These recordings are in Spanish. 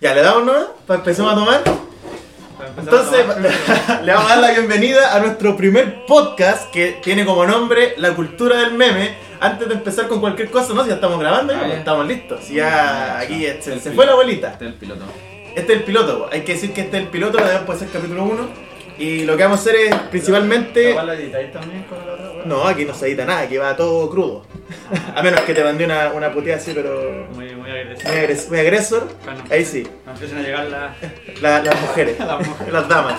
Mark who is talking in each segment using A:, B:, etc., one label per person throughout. A: Ya, le damos nueva para empezar a tomar. Entonces, le vamos a dar la bienvenida a nuestro primer podcast que tiene como nombre La cultura del meme. Antes de empezar con cualquier cosa, no, si ya estamos grabando, ya, pues,
B: Ah, ya.
A: estamos listos. Ya, aquí este,
B: El
A: se
B: piloto.
A: fue la abuelita.
B: Este es el piloto.
A: Este es el piloto, po. hay que decir que este es el piloto, lo debemos hacer capítulo 1. Y lo que vamos a hacer es principalmente.
C: ¿La editáis también con la otra, weón?
A: No, aquí no se edita nada, aquí va todo crudo. A menos que te mandé una, una puteada así, pero.
C: Muy, muy
A: Muy,
C: agresivo.
A: agres- muy agresor.
C: Bueno,
A: Eh, Ahí sí,
C: nos empiezan a llegar las
A: la- las mujeres.
C: las mujeres.
A: las damas.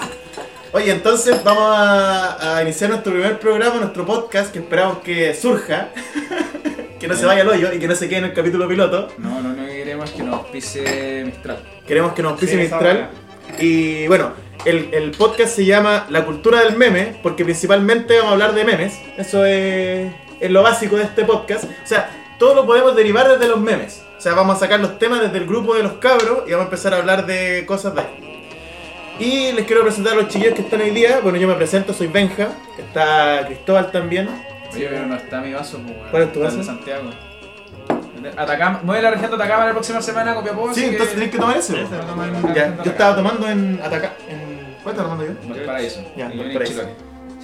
A: Oye, entonces vamos a, a iniciar nuestro primer programa, nuestro podcast, que esperamos que surja, que no se vaya al hoyo y que no se quede en el capítulo piloto.
B: No, no, no queremos que nos pise Mistral.
A: Queremos que nos pise
C: Sí, esa
A: Mistral. Y bueno, el, el podcast se llama La cultura del meme, porque principalmente vamos a hablar de memes. Eso es, es lo básico de este podcast. O sea, todo lo podemos derivar desde los memes. O sea, vamos a sacar los temas desde el grupo de los cabros y vamos a empezar a hablar de cosas de ahí. Y les quiero presentar a los chillos que están hoy día. Bueno, yo me presento, soy Benja. Está Cristóbal también.
B: Oye, pero no está mi vaso, pues, weón.
A: ¿Cuál es tu
B: Está
A: vaso?
B: el de Santiago. Atacama. Mueve la región de Atacama la próxima semana, Copiapó.
A: Oh, Sí,
B: así
A: entonces tenés que tomar eso.
C: Ese,
B: Voy a tomar una región
A: Ya,
B: de
A: yo
B: Atacama.
A: estaba tomando en Ataca. En... ¿Cuál estaba tomando yo?
B: Valparaíso.
A: Ya,
B: Y Eh, yo en
A: Valparaíso.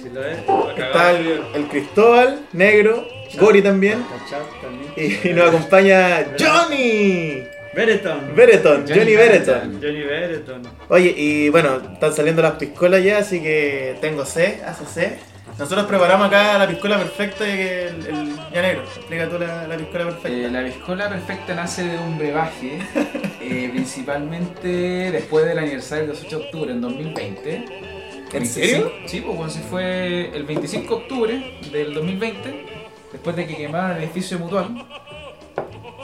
B: Chiloé.
C: Si lo es, va a
A: Está
C: cagar.
A: el, el Cristóbal, Negro, Gori también.
C: Cachao también.
A: Y nos acompaña Johnny
C: Bereton.
A: Bereton, Johnny
B: Johnny
A: Bereton.
C: Johnny Bereton.
A: Oye, y bueno, están saliendo las piscolas ya, así que tengo sed, hace sed. Nosotros preparamos acá la piscola perfecta y que el, el- ya negro. Explica tú la, la piscola
B: Eh,
A: perfecta.
B: la piscola perfecta nace de un brebaje, eh, principalmente después del aniversario del 18 de octubre en 2020.
A: ¿En
B: 25
A: serio?
B: Sí, pues bueno, se fue el 25 de octubre del 2020, después de que quemaron el edificio mutual.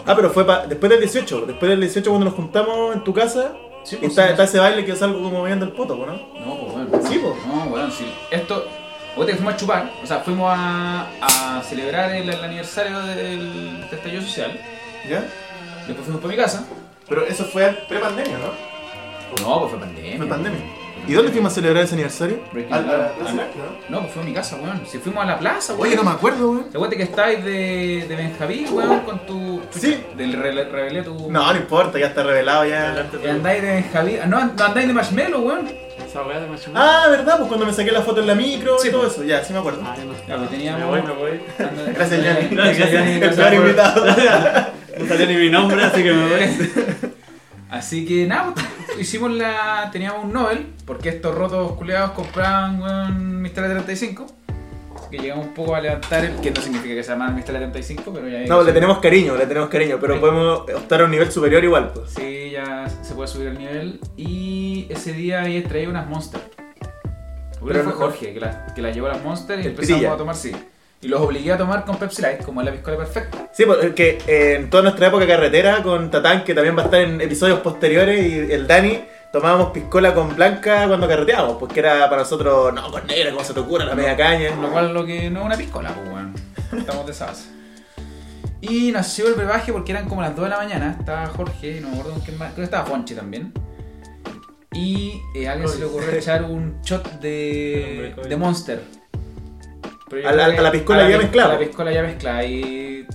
A: Ah, pero fue pa- después del 18, después del 18 cuando nos juntamos en tu casa.
B: Sí,
A: y
B: pues,
A: está,
B: sí,
A: está ese baile que yo salgo como viendo el poto, ¿no?
B: No, pues bueno.
A: Sí, pues.
B: No, bueno, sí. Esto, otra que fuimos a chupar, o sea, fuimos a, a celebrar el, el aniversario del estallido social.
A: ¿Ya?
B: Después fuimos para mi casa.
A: Pero eso fue pre-pandemia, ¿no?
B: No, pues fue pandemia.
A: Fue pandemia. ¿Y dónde fuimos a celebrar ese aniversario?
B: Breaking
A: Al- a la
B: Bad.
A: plaza, ¿no?
B: No, pues fue a mi casa, weón. Si fuimos a la plaza, weón.
A: Oye, no me acuerdo, weón.
B: ¿Te acuerdas que estáis de, de Benjaví, weón, con tu.
A: Sí.
B: Del re- revelé tu.
A: No, no importa, ya está revelado ya.
C: Adelante
B: Y
C: tú.
B: andáis de Benjaví. Ah, No, no andáis de Marshmallow, weón.
C: Esa weá de macho.
A: Ah, ¿verdad? Pues cuando me saqué la foto en la micro y
B: Sí,
A: todo
B: pues.
A: eso, ya, sí me acuerdo.
C: Ay, no.
B: Ya, pues teníamos.
C: Me voy, me voy.
B: Anda-
A: Ah, Gracias, Johnny.
C: Gracias, Johnny.
A: El
B: gracias
A: peor
B: por-
A: invitado.
C: No salió ni mi nombre, así que me voy.
B: Así que nada, pues, hicimos la. Teníamos un Nobel, porque estos rotos culeados compraban weón, Mistral 35. Así que llegamos un poco a levantar el. Que no significa que se llamaban Mistral 35, pero ya.
A: No, pues le tenemos cariño, le tenemos cariño, pero
B: Sí.
A: podemos optar a un nivel superior igual, pues.
B: Sí, ya se puede subir el nivel. Y ese día ahí traía unas Monster. Creo
A: Pero
B: que fue
A: no-
B: Jorge que las que las llevó las Monster y
A: El
B: empezamos
A: Pirilla.
B: a tomar, sí. Y los obligué a tomar con Pepsi Light, como es la piscola perfecta.
A: Sí, porque eh, en toda nuestra época carretera con Tatán, que también va a estar en episodios posteriores, y el Dani, tomábamos piscola con Blanca cuando carreteábamos, porque era para nosotros, no, con negra, ¿cómo se te ocurre la media caña?
B: Lo cual lo que no es una piscola, pues weón. Estamos de esa base. Y nació el brebaje porque eran como las 2 de la mañana. Estaba Jorge, no me acuerdo con quién más. Creo que estaba Ponche también. Y eh, a alguien se le ocurrió echar un shot de, de Monster. Pero yo
A: A la-
B: creo que-
A: a la piscola
B: a
A: ya
B: pis-
A: mezclada.
B: A la piscola ya mezclada. Y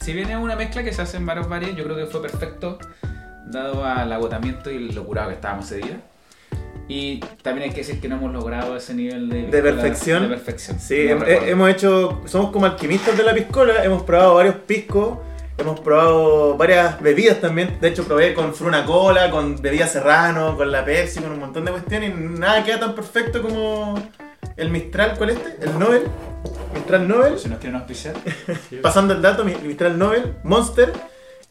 B: si viene una mezcla que se hace en varios bares, yo creo que fue perfecto, dado al agotamiento y lo curado que estábamos ese día. Y también hay que decir que no hemos logrado ese nivel de,
A: De perfección.
B: de perfección.
A: Sí,
B: No
A: hem-
B: recuerdo.
A: he- hemos hecho, somos como alquimistas de la piscola, hemos probado varios piscos, hemos probado varias bebidas también, de hecho probé con Fruna Cola, con bebida serrano, con la Pepsi, con un montón de cuestiones y nada queda tan perfecto como el Mistral, ¿cuál es este? El Nobel, Mistral Nobel,
B: Si nos quieren auspiciar,
A: pasando el dato, mi- Mistral Nobel, Monster.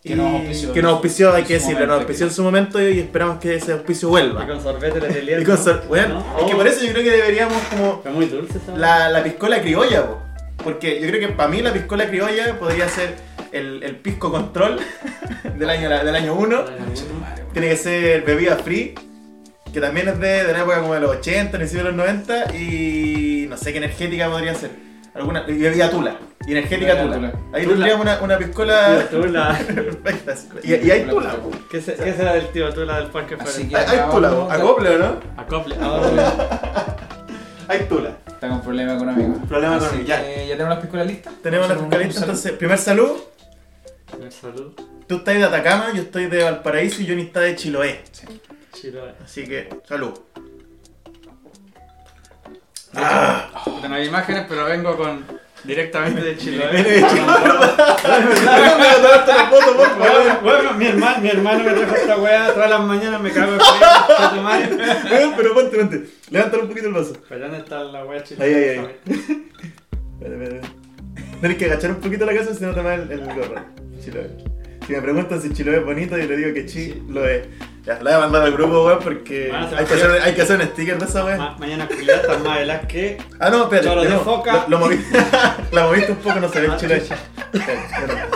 B: Que
A: y-
B: nos auspició.
A: que nos auspició, hay
B: En
A: que
B: su
A: decirlo, nos
B: momento,
A: auspició
B: que-
A: en su momento y esperamos que ese auspicio vuelva.
C: Y con sorbete de
A: Y con sor- bueno, es
B: Oh.
A: que por eso yo creo que deberíamos como
C: Está Oh. muy dulce esa weá.
A: la, la piscola criolla, po. porque yo creo que para mí la piscola criolla podría ser el, el pisco control del año del año 1.
B: madre,
A: Tiene que ser bebida free, que también es de, de la época como de los 80, principios de los 90. Y no sé qué energética podría ser. Alguna, y bebida tula. Y energética
B: Bebida
A: tula.
B: tula.
A: Ahí
C: Tula.
A: tendríamos una, una
C: Tío
A: piscola
C: Tula.
A: perfecta. así. Y, y hay tula. po.
C: ¿Qué se- qué será del tío Tula del parque
B: Así
C: Forense?
B: que
A: Hay, hay tula, po.
B: acabamos-
A: acople, ¿o ¿no?
C: Acople.
B: Ah, Está
A: Hay tula.
B: con problema económico.
A: Problema
B: Así eh,
A: económico, ya.
B: que, ¿Ya tenemos las piscolas listas?
A: Tenemos la
B: Hacemos un
A: piscolita,
B: saludo.
A: entonces, primer salud.
C: Salud.
A: Tú estás de Atacama, yo estoy de Valparaíso y Johnny está de Chiloé.
C: Chiloé.
A: Así que, salud.
B: Puta, No hay imágenes, pero vengo con.
C: Directamente Este de
A: Viene
C: Chiloé.
A: de Mándame toda esta foto, por favor.
C: Bueno, bueno, mi hermano, mi hermano me trajo esta weá todas las mañanas, me cago en frío, tu madre.
A: Weón, Pero ponte, ponte. Levántalo un poquito el vaso.
C: Pero ¿dónde está la weá chilena?
A: Ahí, ahí, ahí. Espera, espera, espera. Tenés que agachar un poquito la casa si no te va el, el gorro. Chiloé. Si me preguntan si Chiloé es bonito, yo le digo que sí,
C: Sí.
A: lo es. Ya, la voy a mandar al grupo, weón, porque
C: Bueno, se va
A: hay,
C: a
A: que
C: hacer-
A: hacer, hay que hacer un sticker de esa weón.
C: Ma- mañana culiada está más velas que.
A: Ah, no, espérate.
C: Cholo Ah, de
A: no,
C: foca.
A: Lo, lo moví- la moviste un poco, no se ve el Chiloé. Espera, espera.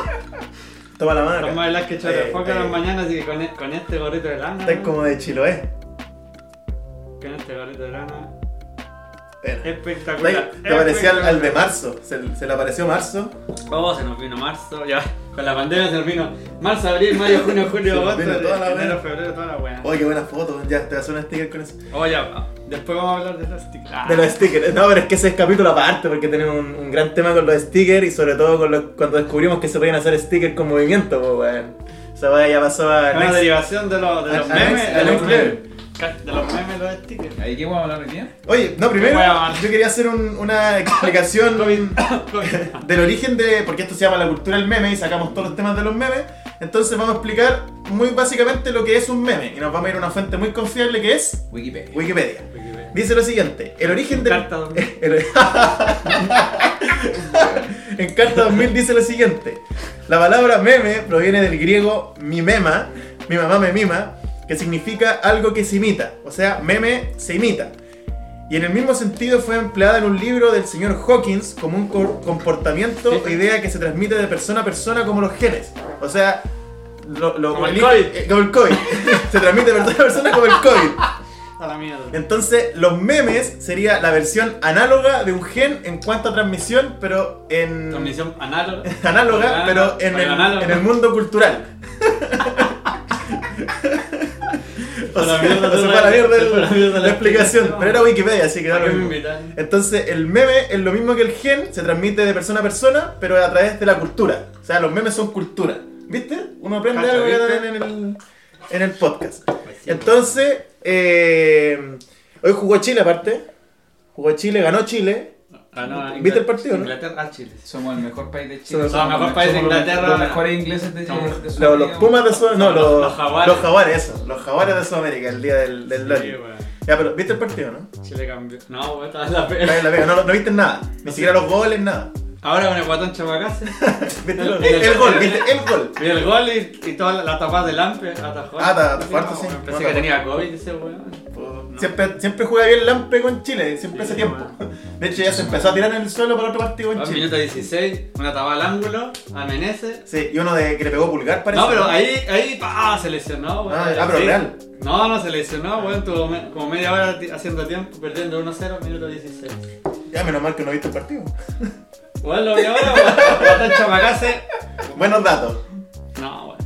A: Toma la mano.
C: Está
A: acá.
C: más velas que
A: Eh,
C: chorrefoca
A: eh,
C: las mañanas, así que con, e- con este gorrito de lana.
A: Estás como de eh. Chiloé.
C: Con este gorrito de lana.
A: Espera.
C: Espectacular.
A: Te parecía al, al de
C: Espectacular.
A: marzo. Se, se le apareció marzo.
C: Oh, se nos vino marzo, ya. Con la pandemia se nos vino marzo, abril, mayo, junio,
A: Se
C: julio,
A: nos
C: agosto,
A: vino toda la
C: enero,
A: wea.
C: febrero, toda la wea.
A: Oye, qué buena foto. Ya, te voy a hacer un sticker con eso.
C: Oh, ya, va. después vamos a hablar de los stickers. Ah,
A: De los stickers. No, pero es que ese es capítulo aparte porque tenemos un, un gran tema con los stickers y sobre todo con los- cuando descubrimos que se podían hacer stickers con movimiento, pues, weón. O sea, weón, ya pasó a
C: Una
A: Next.
C: derivación de los, de los
A: Ah,
C: memes,
A: Next,
C: de
A: Next
C: los memes.
A: Level.
C: De los memes, los stickers.
B: ¿Ahí qué vamos a hablar hoy día?
A: Oye, no, primero
C: Weón.
A: yo quería hacer un- una explicación del origen de. Porque esto se llama la cultura del meme y sacamos todos los temas de los memes. Entonces vamos a explicar muy básicamente lo que es un meme y nos vamos a ir a una fuente muy confiable que es
B: Wikipedia.
A: Wikipedia. Dice lo siguiente, el origen del...
C: Carta 2000.
A: el- en Carta 2000 dice lo siguiente, la palabra meme proviene del griego mimema, mi mamá me mima, que significa algo que se imita, o sea, meme se imita. Y en el mismo sentido fue empleada en un libro del señor Hawkins como un cor- comportamiento o idea que se transmite de persona a persona como los genes. O sea, lo, lo-
C: Como el COVID.
A: eh, como el COVID. se transmite de persona a persona como el COVID.
C: A la mierda.
A: Entonces, los memes sería la versión análoga de un gen en cuanto a transmisión, pero en.
C: Transmisión análoga.
A: Análoga,
C: Análoga,
A: pero en
C: pero
A: el,
C: análoga.
A: en el mundo cultural. O
C: A la
A: sea,
C: mierda,
A: se
C: toda
A: fue a la
C: la-
A: mierda
C: se
A: el-
C: fue a la mierda
A: la
C: la
A: explicación,
C: explicación.
A: pero era Wikipedia, así que da
C: ¿Para
A: lo
C: qué me
A: mismo.
C: invitan?
A: Entonces, el meme es lo mismo que el gen, se transmite de persona a persona, pero a través de la cultura. O sea, los memes son cultura. ¿Viste? Uno aprende
C: Cacha,
A: algo que
C: ¿viste?
A: en el, en el podcast.
C: Pues
A: Entonces, eh, hoy jugó Chile aparte. Jugó Chile, ganó Chile.
C: Ah, no,
A: ¿Viste
C: Inglaterra-
A: el partido, no?
C: Inglaterra al Chile.
B: Somos el mejor país de Chile.
A: Somos-
C: Somos el mejor país de
B: somos los-
C: Inglaterra.
B: Los mejores ingleses de,
C: Somos-
B: de
A: Los, los
B: Sudamérica.
A: Pumas de Sudamérica. No, los,
C: Los jaguares.
A: Los jaguares, eso. Los jaguares de Sudamérica, el día del, del LOL.
C: Sí, weón.
A: Ya, pero ¿viste el partido, no?
C: Chile cambió. No, weón, estaba en la pena.
A: La, la pega, no, no viste nada. Ni siquiera los goles, nada.
C: Ahora con el guatón Chavacase.
A: ¿Viste el, el gol, viste el gol.
C: Vi el gol y, y toda la, la tapada del Lampe atajó.
A: Ah, ta- atajó harto,
C: No,
A: sí.
C: weón,
A: No,
C: Pensé
A: atajó.
C: que tenía COVID ese weón.
A: Pues, Siempre, siempre juega bien Lampe con Chile, siempre
C: Oh, Sí, Ah,
A: hace tiempo. De hecho, ya se empezó a tirar en el suelo para otro partido en
C: Al
A: Chile.
C: minuto 16, una tapada al ángulo, a Meneses.
A: Sí, y uno de que le pegó pulgar parece.
C: No, pero ahí, ahí, ah, se lesionó, weón.
A: Ah, ah, pero
C: Sí.
A: real.
C: No, no se lesionó, weón. Tuvo me- como media hora ti- haciendo tiempo, perdiendo 1-0, minuto 16.
A: Ya, menos mal que no viste el partido.
C: Weón, lo vi ahora, weón. Guatón Chavacase.
A: Buenos datos.
C: No, weón.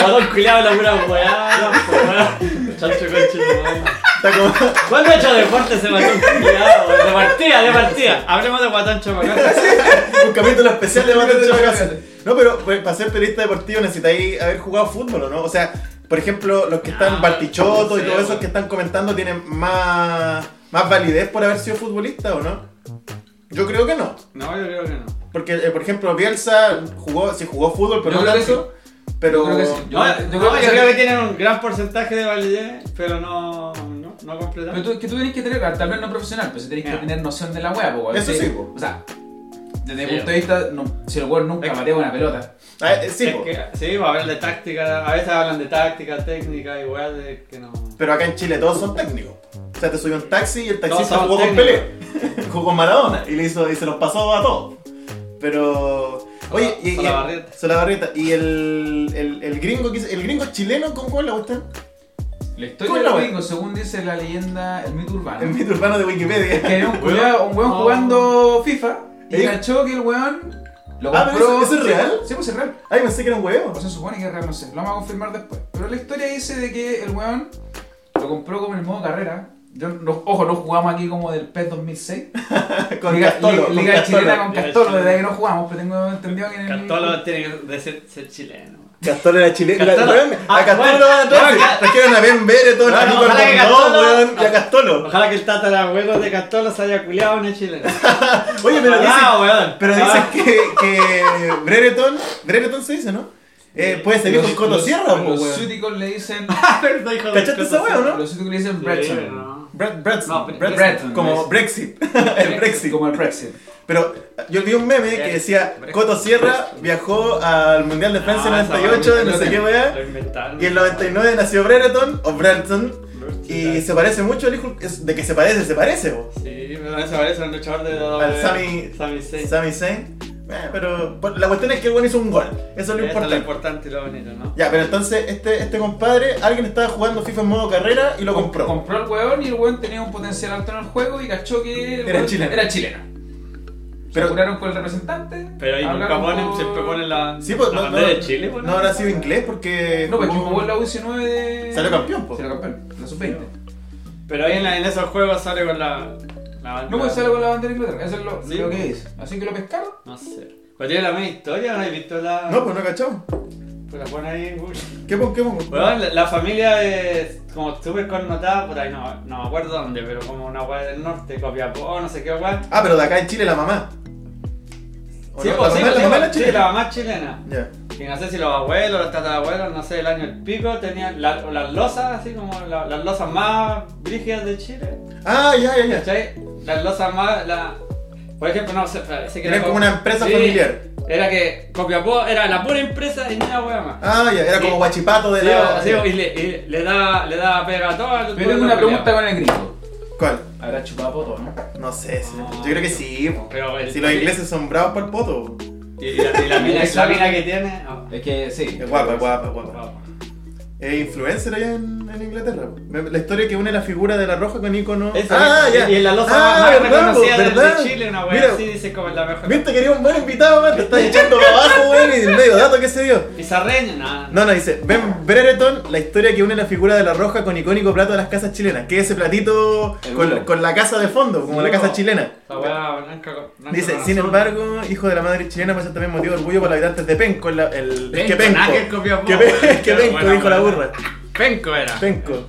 C: Guatón culiado la pura weá, weón. Chancho conche, weón.
A: Está como.
C: ¿Cuándo ha hecho deporte ese guatón culiado? De partida, de partida. Hablemos de guatón Chavacase.
A: un capítulo especial de Mate Chavacas. No, pero pues, para ser periodista deportivo necesitáis haber jugado fútbol, ¿o ¿no? O sea, por ejemplo, los que están
C: Ah,
A: Bartichotto y
C: sí,
A: todos esos
C: bueno.
A: que están comentando tienen más, más validez por haber sido futbolista, ¿o no? Yo creo que no.
C: No, yo creo que no.
A: Porque, eh, por ejemplo, Bielsa jugó, sí jugó fútbol, pero
B: Yo
A: no
B: creo que
A: tanto. Pero.
B: Yo creo que sí.
C: Yo, no,
B: yo
C: yo,
B: creo
C: creo,
B: que-
C: que tienen un gran porcentaje de validez, pero no, no, no
B: Pero
C: completamente.
B: tú, que tú tenés que tener, tal vez no profesional, pero sí tenés que
C: Ya.
B: tener noción de la wea, po, weón.
A: Eso sí, po.
B: O sea, desde mi
C: Sí,
B: punto de vista, no- si el weón nunca
C: Es que-
B: patea una pelota.
A: Ah, eh, sí,
C: Es
A: po.
C: que- sí, va a hablar de táctica, a veces hablan de táctica, técnica y weá de que no.
A: Pero acá en Chile todos son técnicos. O sea, te subió un taxi y el taxista
C: son
A: jugó con
C: técnicos.
A: Pelé. jugó con Maradona y, le hizo, y se los pasó a todos. Pero. Oye, y, y-
C: Solabarrieta.
A: Solabarrieta. ¿Y el, el, el gringo que hizo- ¿El gringo chileno con cuál le gustan? ¿Cómo
B: La historia
A: la
B: lo
A: wea?
B: digo, según dice la leyenda, el mito
C: Ah.
B: urbano.
A: El mito urbano de Wikipedia.
B: Que era un, culiao- un weón
C: Oh.
B: jugando FIFA y
A: ¿Eh?
B: cachó que el weón lo
A: Ah, pero eso-
B: compró.
A: ¿eso es real?
B: Sí, pues es real.
A: Ay, pensé que era un huevo.
B: O se supone que es real, no sé. Lo vamos a confirmar después. Pero la historia dice de que el weón lo compró como en el modo carrera Yo, no- ojo, no jugamos aquí como del E PES 2006.
A: Con
B: Liga,
A: Castolo,
B: Li- Liga
A: con Castolo.
B: Chilena con
C: Liga
B: Castolo,
C: Chilena.
B: desde ahí no jugamos, pero tengo entendido que en el.
C: Castolo tiene que de ser, ser chileno.
A: Castolo era chileno.
C: Castolo.
A: Weón, A
C: Ah,
A: Castolo
C: bueno.
A: lo van a traer.
C: No, acá-
A: Trajeron a Ben Bere, todo el
C: No, no,
A: amigo
C: ojalá que
A: Bondó,
C: Castolo-
A: weón, y a Castolo.
C: Ojalá que el tatarabuelo de Castolo se haya culiado una chilena.
A: Oye, pero
C: Ojalá,
A: dicen,
C: weón.
A: pero
C: Ah,
A: dicen que, que Brereton, Brereton se dice, ¿no? Eh, puede salir con Coto Sierra, po,
B: Los
A: weón.
B: cíticos le dicen.
C: Perdón, hijo de
A: ¿Cachaste esa
C: puta.
A: weá, no?
B: Los cíticos le dicen
C: Sí, Ah,
B: Breton.
C: no.
A: Bre- Breton,
C: No, Bre-
A: Breton,
B: Breton,
A: como
B: Breton.
A: Brexit, el Brexit.
B: Como el Brexit.
A: Pero yo vi un meme que decía, Coto Sierra viajó al Mundial de Francia
C: No,
A: en
C: Ah, esa
A: 98, de no
B: weá,
A: sé qué
B: no tiene-
A: weá,
C: Lo inventaron.
A: y en 99 nació Brereton, o Brereton, y se parece mucho al hijo, es de que se parece, se parece, po.
C: Sí, me parece parece un luchador de E.
A: Al Sami-
C: Sammy 6.
A: Sami Zayn. Eh, pero por- la cuestión es que el weón hizo un gol. Eso es lo
C: lo
A: importante.
C: importante y lo bonito, ¿no?
A: Ya, pero entonces este, este compadre, alguien estaba jugando FIFA en modo carrera y lo compró.
B: Compró el huevón y el huevón tenía un potencial alto en el juego y cachó que. el
A: Era
B: huevón
A: chileno.
B: Era chileno.
A: Pero-
B: Pero curaron con el representante.
C: Pero ahí nunca
B: hablaron
C: ponen,
B: con-
C: siempre ponen la,
A: Sí, pues
C: la
A: no, no,
C: bandera de Chile.
A: no
C: ponen.
A: habrá sido inglés porque.
B: No, pues que
A: jugó-
B: jugó en la U19 de.
A: Salió campeón, po.
B: Salió campeón, la sub-20.
C: Pero ahí en, la- en esos juegos sale con la, la bandera.
B: No, pues sale con la bandera de Inglaterra, eso es lo,
C: Sí,
B: lo
C: po.
B: que es. Así que lo pescaron.
C: No sé. Pero tiene la misma historia, ¿no? ¿Has visto la...?
A: No, pues no cachó.
C: Pues la pone ahí en Google.
A: ¿Qué pongo? ¿Qué pongo?
C: Bueno, la, la familia es como súper connotada por ahí, no, no me acuerdo dónde, pero como una weá del norte, Copiapó, no sé qué weá.
A: Ah, pero de acá en Chile la mamá. ¿O
C: Sí,
A: no?
C: pues, sí,
A: la mamá,
C: pues,
A: la
C: sí,
A: mamá
C: pues,
A: era
C: sí, la
A: chilena.
C: mamá es chilena.
A: Ya.
C: Y no sé si los abuelos, los tatarabuelos, no sé, el año el pico, tenían la- o las losas, así como la- las losas más brígidas de Chile.
A: Ah, ya, ya, ya.
C: ¿Cachai? Las losas más. La... Por ejemplo, no eh, sé, parece que
A: Era como una empresa
C: Sí,
A: familiar.
C: Era que Copiapó era la pura empresa y ni una weá más.
A: Ah, ya, era
C: Sí.
A: como guachipato de
C: Sí,
A: la.
C: sí, y le, y le da, le da pega a todo.
B: Pero tengo una pregunta con el gringo.
A: ¿Cuál?
B: Habrá chupado poto, ¿no?
A: No sé, sí.
C: No.
A: yo creo que sí. po.
C: Pero el-
A: Si los ingleses son bravos por el poto.
C: Y, y la, y la mina, la mina que tiene. oh,
B: Es que sí.
A: Es guapa, es guapa, es guapa.
C: wow.
A: Es influencer allá en, en Inglaterra. Me- La historia que une la figura de la roja con icono.
C: Esa, Y en la losa
A: Ah,
C: más
A: verdad,
C: reconocida del-
A: verdad.
C: de Chile, una
A: Mira,
C: wea así, dice como la mejor.
A: Viste, quería un buen invitado, man. Te estás echando para abajo, weón. Y el medio dato que se dio.
C: Pizarreña, nada.
A: No, no, dice Ben Brereton, la historia que une la figura de la roja con icónico plato de las casas chilenas. Que es ese platito
B: El
A: con,
B: huevo.
A: con la casa de fondo, como
C: Sí,
A: la casa
C: huevo.
A: chilena.
C: La wea blanca con- blanca
A: Dice,
C: con
A: sin
C: azul.
A: embargo, hijo de la madre chilena, pues es también motivo de orgullo para los habitantes de Penco. la- el, es que Penco.
C: nada que copió
A: Que,
C: vos,
A: pe-
C: weón.
A: que
C: Pero
A: Penco,
C: bueno,
A: dijo la
C: bueno.
A: burra.
C: Penco era.
A: Penco.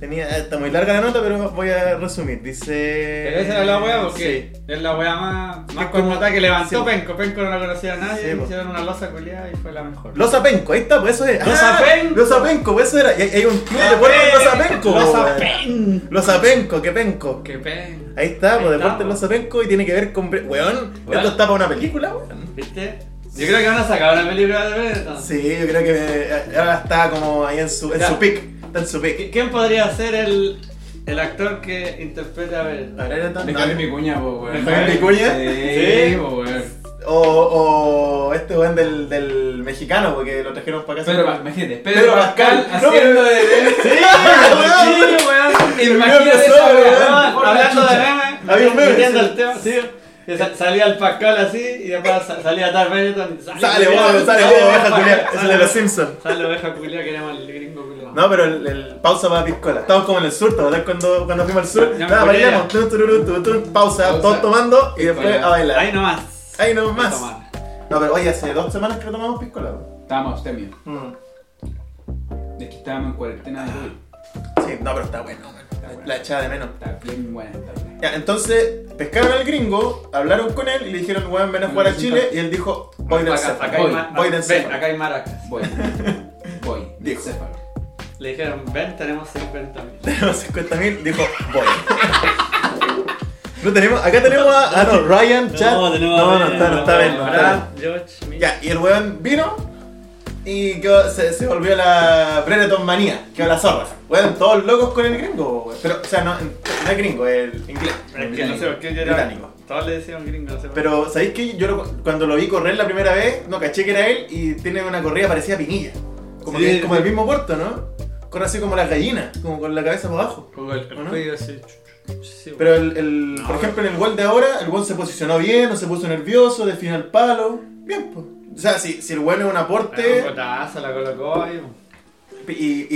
A: Tenía, está muy larga la nota, pero voy a resumir. Dice.
C: Pero esa es la wea
A: Sí.
C: porque es la wea más, más
A: Es como-
C: connotada que levantó
A: sí.
C: Penco. Penco no la conocía a nadie,
A: Sí, po.
C: hicieron una losa culiada y fue la mejor.
A: Los Apenco, ahí está, pues eso es.
C: Los Apenco.
A: Los Apenco, pues eso era. Y hay, hay un club de pueblos Los Apenco.
C: Los
A: po,
C: Apenco.
A: pues, weón. Los Apenco, qué penco.
C: Qué penco.
A: Ahí está, pues
C: Ahí está,
A: deporte
C: po.
A: Los Apenco y tiene que ver con. bre- Weón,
C: Weón.
A: esto está para una película, weón.
C: ¿Viste? Yo creo que van a sacar una película de Benetton.
A: Sí, yo creo que eh, ahora está como ahí en su, en
C: Ya.
A: su pick. Está en su pick.
C: ¿Qui- ¿Quién podría ser el, el actor que interprete a Benetton?
A: Ahora era tan-
B: Javier Vicuña, po, weón.
A: ¿Javier Vicuña?
B: Sí, po, weón.
A: O, o este weón del, del mexicano, porque lo trajeron para acá.
B: Pedro, Pa- imagínate,
A: Pedro
B: Pedro Pascal
A: Pascal, no,
B: haciendo de.
A: ¡Sí, weón!
B: Imagínate
A: Nervioso,
B: esa
A: weón.
B: weón.
C: Weón, Hablando de memes,
A: Había un meme,
C: metiendo
A: sí.
C: el tema, sí. que sa- Salía el Pascal así y después sa- salía Tar Benetton.
A: Sale, weón, sale,
C: weón,
A: weón, oveja
C: Pascal,
A: culiá. Es el de
C: sale,
A: los Simpsons.
C: Sale la oveja culia que llama el gringo culiao.
A: No, pero el, el- pausa para piscola. Estamos como en el sur, ¿te acordás cuando, cuando fuimos al sur?
C: Ya me
A: Nada,
C: acordé
A: bailamos, tun, tururú, tu, tun, pausa,
B: Pausa.
A: todos tomando y
B: Piscola.
A: después a bailar.
C: Ahí nomás.
A: Ahí no más.
C: Toma.
A: No, pero oye, hace dos semanas que no tomamos piscola. bro.
B: Estábamos abstemios.
A: Mm.
B: Es que estábamos en cuarentena de
A: Ah.
B: COVID.
A: Sí, no, pero está bueno. bro.
B: Está bueno.
A: La echaba de menos.
B: Está bien buena esta weón.
A: Ya, entonces pescaron al gringo, hablaron con él y le dijeron, weón, ven a jugar a Chile. Y él dijo, voy de
C: Acá, acá
A: encerro.
C: hay
B: Voy,
C: ma-
A: voy de
C: Ven,
A: encéfalo.
C: acá hay maracas.
B: Voy. Voy.
A: Dijo.
B: Céfalo.
C: Le dijeron, ven, tenemos 50 mil.
A: Tenemos 50 mil, dijo, voy. No tenemos, acá tenemos a. Ah, no, Ryan, Chad. no, no está, no está bien, no está bien.
C: George, mira.
A: Ya, y el weón vino y quedó- se, se volvió la Brereton manía, quedó la zorra. Weón, todos locos con el gringo, weón. Pero, o sea, no, no es gringo, es el inglés.
C: Es que no sé por qué yo era.
A: Británico.
C: Todos le decían gringo, no sé por qué.
A: Pero, ¿sabéis que Yo lo- cuando lo vi correr la primera vez, no caché que era él y tiene una corrida parecida a Pinilla. Como
C: Sí,
A: que es como
C: sí.
A: el mismo puerto, ¿no? Corre así como las gallinas, como con la cabeza para abajo.
C: Como el, el
A: ¿O no?
C: cuello así. chu, chu, chu, sí,
A: Pero, el, el-
C: No,
A: por ejemplo, en el gol de ahora, el gol se posicionó bien, no se puso nervioso, definió el palo. Bien, pues. O sea, si, si el weón es un
C: bueno,
B: Ah,
A: aporte.
C: un cotazo, la colocó ahí.
A: y,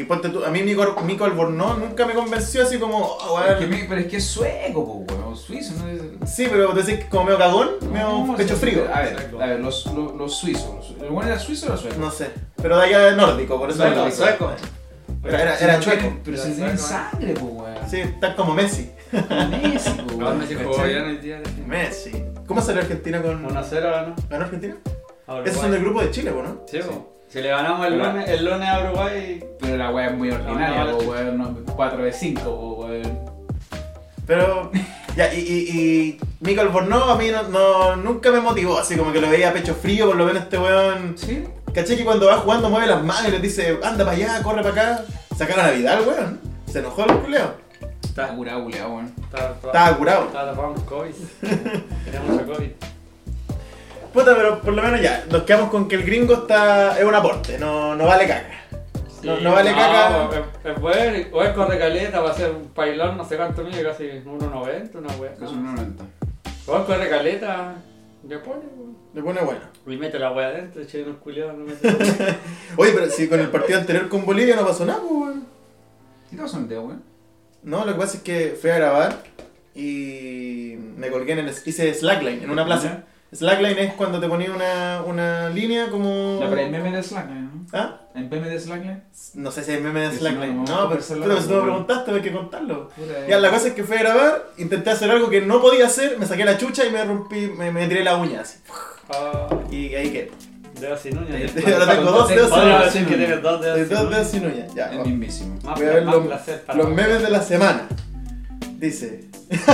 A: y ponte tú, a mí Nico, Nico Albornoz nunca me convenció así como, oh,
B: Es que
A: weón.
B: mi- pero es que es sueco, po, weón. o Suizo, ¿no? Es-
A: Sí, pero tú decís que como medio cagón, medio
B: no,
A: pecho
B: sí,
A: frío.
B: A ver, a ver, los, los, los suizos. los su- ¿El bueno era suizo o era sueco?
A: No sé. Pero de allá de nórdico, por eso.
C: Sueco,
A: no-
C: sueco.
A: Era, era,
B: Si
A: era
B: no
A: chueco.
B: tienen- Pero
C: Era
B: si tienen
C: sueco.
B: sangre, pues, weón.
A: Sí, tan como Messi.
B: Como Messi, po,
C: No,
B: weón,
C: me dijo
B: ¿cachai?
C: bien el día de...
A: Messi. ¿Cómo salió Argentina con.
C: 1-0 ganó.
A: ¿Ganó Argentina?
C: a Uruguay.
A: Esos son del grupo de Chile, po, ¿no?
C: Sí, po. Si le ganamos el
B: Pero-
C: lunes, el lunes a Uruguay,
B: Pero la weá es muy ordinaria,
C: no,
B: po,
C: la-
B: weón. 4 de 5, weón.
A: Pero. Ya, y, y, y Mico Albornoz a mí no, no- nunca me motivó, así como que lo veía a pecho frío, por lo menos este weón.
B: Sí.
A: Caché que cuando va jugando mueve las manos y les dice, anda para allá, corre para acá. Sacaron a Vidal, weón. Se enojó el culeo.
B: Está curado, culiao, weón.
C: estaba
A: Estaba curado.
C: estaba tapado con COVID. Tenía mucho COVID.
A: Puta, pero por lo menos ya, nos quedamos con que el gringo está. es un aporte, no, no vale caca. No, no vale caca.
C: po, Es, es bueno, o es corre caleta, va a ser un pailón, no sé cuánto mide, casi 1,90, una wea.
A: Ah.
B: Es un 90.
C: O es corre caleta, le pone, po.
A: Le pone bueno.
C: Y mete la wea adentro, che, unos culiados, no mete la wea.
A: Oye, pero si con el partido anterior con Bolivia no pasó nada, pues, weón.
B: ¿Y todos son de weón?
A: No, lo que pasa es que fui a grabar y me colgué en el. hice slackline en una plaza. Slackline es cuando te ponía una, una línea como.
B: Ya, pero en meme de Slackline, ¿no?
A: ¿Ah?
B: En meme de Slackline.
A: No sé si hay meme de
B: Sí,
A: slackline.
B: no,
A: No, pero,
B: pero se lo-
A: pero si tú me preguntaste, hay que contarlo.
B: Puta, eh.
A: Ya, la cosa es que fui a grabar, intenté hacer algo que no podía hacer, me saqué la chucha y me rompí, me, me tiré la uña así.
C: Ah,
A: Y ahí quedé.
C: Dedos sin uñas.
A: Te- Ahora tengo dos dedos sin
C: Podría
A: uña.
C: decir que tienes dos
A: De
C: dedos sin
A: dos
C: uñas.
A: dedos sin uña. Ya,
B: El
A: vamos.
B: mismísimo.
C: Más
A: Voy a ver
C: Ah, más
A: los-
C: placer para
A: Los
C: vos.
A: memes de la semana. Dice: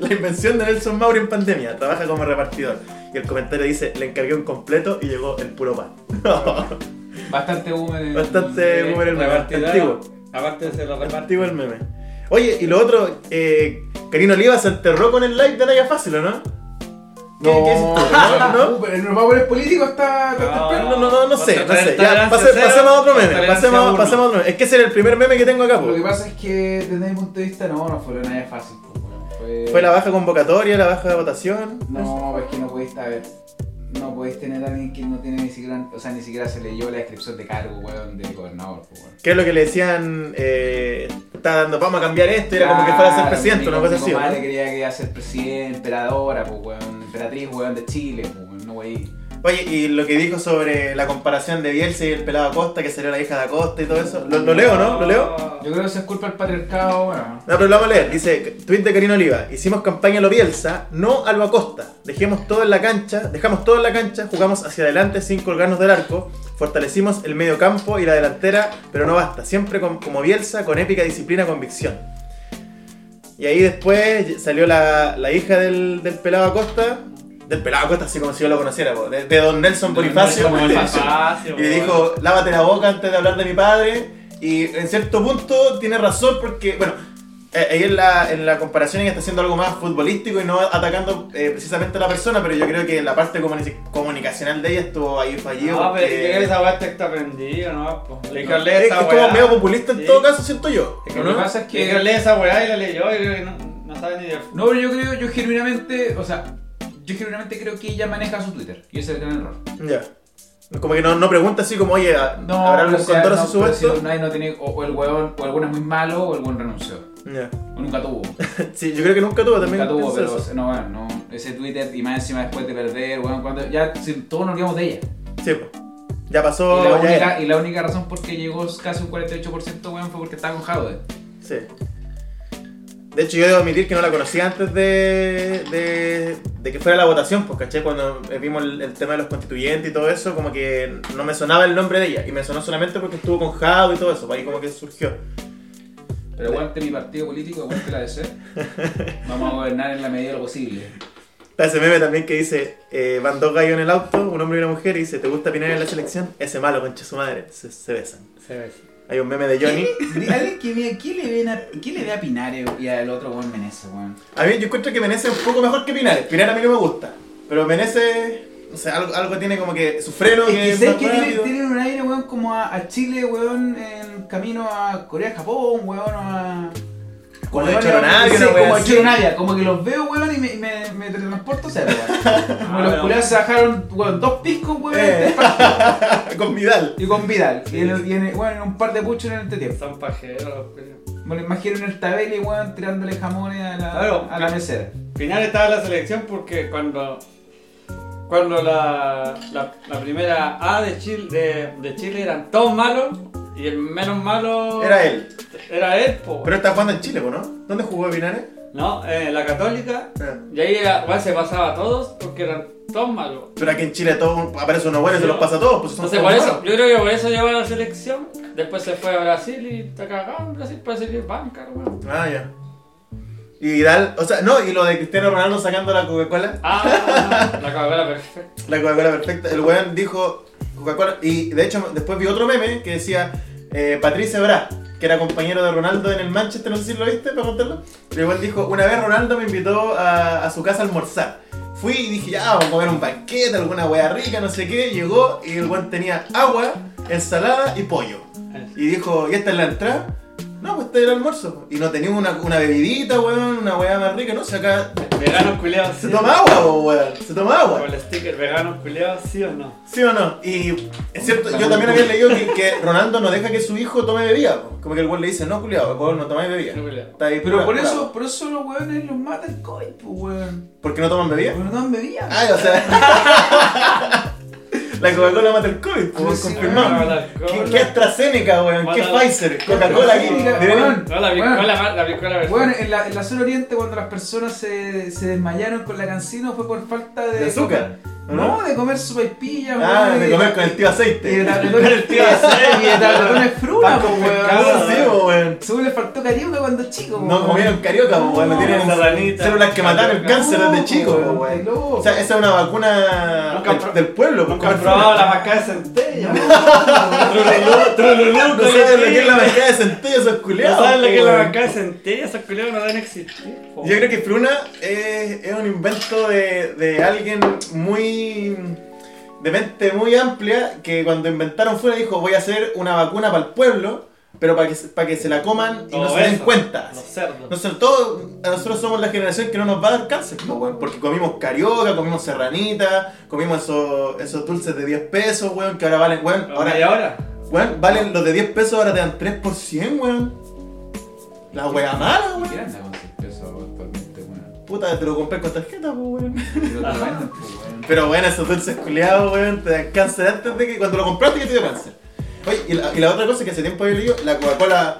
A: La invención de Nelson Mauri en pandemia. Trabaja como repartidor. Y el comentario dice: Le encargué un completo y llegó el puro pan.
B: Bastante húmedo.
A: Bastante
C: Sí,
A: boomer eh, el meme.
C: repartidor,
A: Antiguo.
C: Aparte se lo reparte.
A: Antiguo el meme. Oye, y lo otro: eh, Karina Oliva se enterró con el live de Naya Fácil, ¿o no? ¿Qué,
B: No,
A: qué hiciste? ¿No? ¿No?
B: pero el power político está. está- está-
A: No, no, no, no sé, no sé. Ya,
C: Tolerancia
A: pase-
C: cero,
A: pasemos a otro meme.
C: tolerancia
A: Pasemos,
C: uno.
A: pasemos a otro meme. Es que ese era el primer meme que tengo acá, po.
B: Lo que pasa es que desde mi punto de vista no, no fue nada fácil. pues, weón. Fue,
A: Fue la baja convocatoria, la baja de votación.
B: No, es que no podéis, a ver, no podéis tener a alguien que no tiene ni siquiera, o sea, ni siquiera se leyó la descripción de cargo, weón, del gobernador, pues, weón.
A: ¿Qué es lo que le decían? Eh, está dando, vamos a cambiar esto. y Era como que fuera a ser
B: Claro,
A: presidente,
B: mi-
A: una cosa
B: mi
A: así. ¿o no?
B: comadre creía que iba a ser presidente, emperadora, pues, weón, emperatriz, weón, de Chile, pues, weón, no, wey.
A: Oye, y lo que dijo sobre la comparación de Bielsa y el pelado Acosta, que salió la hija de Acosta y todo eso. Lo, lo leo, ¿no? ¿Lo leo?
B: Yo creo que eso es culpa del patriarcado, bueno.
A: No, pero lo vamos a leer. Dice, tweet de Karina Oliva. Hicimos campaña a lo Bielsa, no a lo Acosta. Dejemos todo en la cancha, dejamos todo en la cancha, jugamos hacia adelante sin colgarnos del arco. Fortalecimos el medio campo y la delantera, pero no basta. Siempre con- como Bielsa, con épica disciplina, convicción. Y ahí después salió la, la hija del, del pelado Acosta. Del pelado Acosta, así como si yo lo conociera, po, de, de don Nelson
B: De don
A: Bonifacio.
B: Nelson Bonifacio.
C: Fácil,
A: Y le
C: weón.
A: dijo, lávate la boca antes de hablar de mi padre. Y en cierto punto tiene razón porque, bueno, eh, ahí en la, en la comparación ella está haciendo algo más futbolístico y no atacando eh, precisamente a la persona, pero yo creo que la parte comuni- comunicacional de ella estuvo ahí fallido.
B: Ah,
C: No, pero
A: porque-
C: si que esa weá está prendida, no, po. Le dije,
A: Es-
C: lee
A: es,
C: esa
A: como
C: weá.
A: medio populista en
C: Sí.
A: todo caso, siento yo.
B: Es
A: ¿o
B: que
A: no?
B: lo que pasa es
C: Le dije,
B: que.
C: lee esa weá y la leyó y creo que no, no sabe ni de.
B: No, pero yo creo, yo genuinamente, o sea, yo genuinamente creo que ella maneja su Twitter. Y ese es el gran error.
A: Ya. Como que no, no pregunta así como, oye, ¿a-
B: No,
A: ¿habrá
B: pero
A: algún
B: o sea,
A: condor
B: no,
A: a su
B: pero si
A: supuesto?
B: nadie no tiene, o, o el weón, o el weón es muy malo, o el weón renunció.
A: Ya.
B: O nunca tuvo.
A: Sí, yo creo que nunca tuvo también.
B: nunca
A: pienso
B: tuvo, pero
A: eso.
B: o sea, no, bueno, no. Ese Twitter, y más encima después de perder, weón, cuando, ya si, todos nos olvidamos de ella.
A: Sí, po. Ya pasó.
B: Y la,
A: Oh, ya era.
B: única, y la única razón por qué llegó casi un 48%, weón, fue porque estaba con Jadwe.
A: Sí. De hecho, yo debo admitir que no la conocía antes de, de, de que fuera la votación, pues, ¿cachai? Cuando vimos el, el tema de los constituyentes y todo eso, como que no me sonaba el nombre de ella. Y me sonó solamente porque estuvo con Jado y todo eso, pues ahí como que surgió.
B: Pero aguante mi partido político, aguante la DC. Vamos a gobernar en la medida de lo posible.
A: Está ese meme también que dice, eh, van dos gallos en el auto, un hombre y una mujer, y dice, ¿te gusta opinar en la selección? Ese malo, concha su madre. Se, se besan.
C: Se ve.
A: Hay un meme de Johnny.
B: Alguien que vea, ¿qué le ven a, qué le ve a Pinares y al otro weón Menezes, weón?
A: A mí yo encuentro que Menezes es un poco mejor que Pinares. Pinares a mí no me gusta. Pero Menezes, o sea, algo, algo tiene como que su freno
B: Es que
A: es
B: ¿sabes
A: más
B: que tienen,
A: rápido.
B: tienen un aire, weón, como a, a Chile, weón, en camino a Corea, Japón, weón, o a,
A: Como de
B: Weón,
A: Choronavia,
B: sí,
A: una wea
B: como de
A: así.
B: Choronavia, como que los veo, weón, y me, me, me teletransporto cero, weón. Como
C: Ah,
B: los
C: bueno.
B: culiados se bajaron, weón, dos piscos, weón,
A: Eh.
B: del partido.
A: Con Vidal.
B: y con Vidal.
A: Sí.
B: Y, en, y en- weón, en un par de puchos en el entretiempo.
C: Son pajeros. pues. weón.
B: Me lo imagino en el tabeli, weón, tirándole jamones a la,
C: Claro.
B: a la mesera. Eh,
C: final estaba la selección porque cuando cuando la, la, la primera A de Chile, de, de Chile eran todos malos y el menos malo
A: Era él.
C: Era él, po.
A: Pero está jugando en Chile, po, ¿no? ¿Dónde jugó Pinares?
C: No, eh, la católica.
A: Ah.
C: Y ahí era- bueno, se pasaba a todos porque eran todos malos.
A: Pero aquí en Chile todo, aparece uno bueno y se los pasa a todos. Pues son
C: Entonces por
A: todos
C: eso,
A: malos.
C: yo creo que por eso llegó a la selección. Después se fue a Brasil y está cagado en Brasil, Brasil es banca, hermano.
A: Ah, ya. Y Vidal, o sea, no, y lo de Cristiano Ronaldo sacando la Coca-Cola.
C: Ah, la cagada perfecta.
A: La Coca-Cola perfecta. El weón dijo Coca-Cola. Y de hecho, después vi otro meme que decía eh, Patrice Bra, que era compañero de Ronaldo en el Manchester. No sé si lo viste para contarlo. Pero el weón dijo: Una vez Ronaldo me invitó a, a su casa a almorzar. Fui y dije: Ya, vamos a comer un banquete, alguna wea rica, no sé qué. Llegó y el weón tenía agua, ensalada y pollo. Y dijo: ¿Y esta es la entrada? No, pues este es el almuerzo. Y no tenía una, una bebidita, weón, una weá más rica, ¿no? Se acá.
C: Veganos culeados.
A: Se toma agua, po, weón. Se toma agua.
C: Con el sticker, veganos culeados, sí o no.
A: ¿Sí o no? Y es cierto, yo también había leído que, que Ronaldo no deja que su hijo tome bebida. po. Como que el güey le dice, no, culiado, vos no tomáis bebida.
C: No culeados.
A: Está ahí
B: Pero
A: pura-
B: por eso, por eso los weones los mata el COVID, pues, weón.
A: ¿Por qué no toman bebida?
B: Porque no dan bebida.
A: Ay, o sea. la Coca-Cola mata el COVID, pues,
B: Sí,
A: confirmado.
C: mata el
A: ¿Qué,
C: COVID.
A: qué AstraZeneca, weón? ¿Qué
C: Mata-
A: Pfizer? Coca-Cola aquí.
B: Coca-Cola,
A: Deberían-
B: weón.
C: No, la
B: Bueno.
C: bicola, la bicola perfecta.
B: Bueno, en la, en la zona oriente cuando las personas se, se desmayaron con la cancino fue por falta de...
A: De azúcar. ¿o
B: No, de comer sopaipillas,
A: Ah,
B: weón,
A: de
B: y-
A: comer con el tío
B: Y de
A: aceite.
B: tabletones
C: tío aceite.
B: Y de tabletones
A: Pan
B: fruta, po,
A: con pescado, sí,
B: weón.
A: po, weón.
B: Según le faltó carioca cuando chico, po,
A: No
B: weón.
A: comieron carioca, po, weón. No
B: No,
A: tienen
C: sabanita.
A: células que mataron el
C: No,
A: cáncer desde
B: po,
A: chico, po, weón.
B: estáis loco.
A: O sea, esa es una vacuna
C: Nunca
A: del-
C: pro-
A: del pueblo. pues,
C: Nunca
A: comer
C: han probado
A: fruta.
C: la vaca de centella.
B: No,
C: Trululú, trululú,
A: No saben lo que es la marca de centello, esos
C: No
A: culiados.
C: saben lo que es
A: po,
C: la
A: weón.
C: vaca de centella, esos culeados no deben existir. po.
A: Yo creo que Fruna es, es un invento de, de alguien muy. de mente muy amplia que cuando inventaron Fruna dijo: Voy a hacer una vacuna para el pueblo, pero para que, se- para que se la coman y
C: Todo
A: no se den
C: eso,
A: cuenta.
C: Los cerdos.
A: Nosotros, todos, a nosotros somos la generación que no nos va a dar cáncer, po, weón, porque comimos carioca, comimos serranita, comimos esos, esos dulces de 10 pesos, weón, que ahora valen, weón,
C: Pero
A: ahora
C: media hora.
A: Weón, valen los de 10 pesos, ahora te dan 3 por 100, weón. La wea mala,
B: ¿Qué
A: weón.
B: anda con 100 pesos actualmente, weón?
A: Puta, te lo compré con tarjeta, pues, weón.
B: Pero te lo venden, pues, weón.
A: Pero bueno, esos dulces culiados, weón, te dan cáncer antes de que. Cuando lo compraste que te dio cáncer. Oye, y la, y la otra cosa que hace tiempo había leído, la Coca-Cola.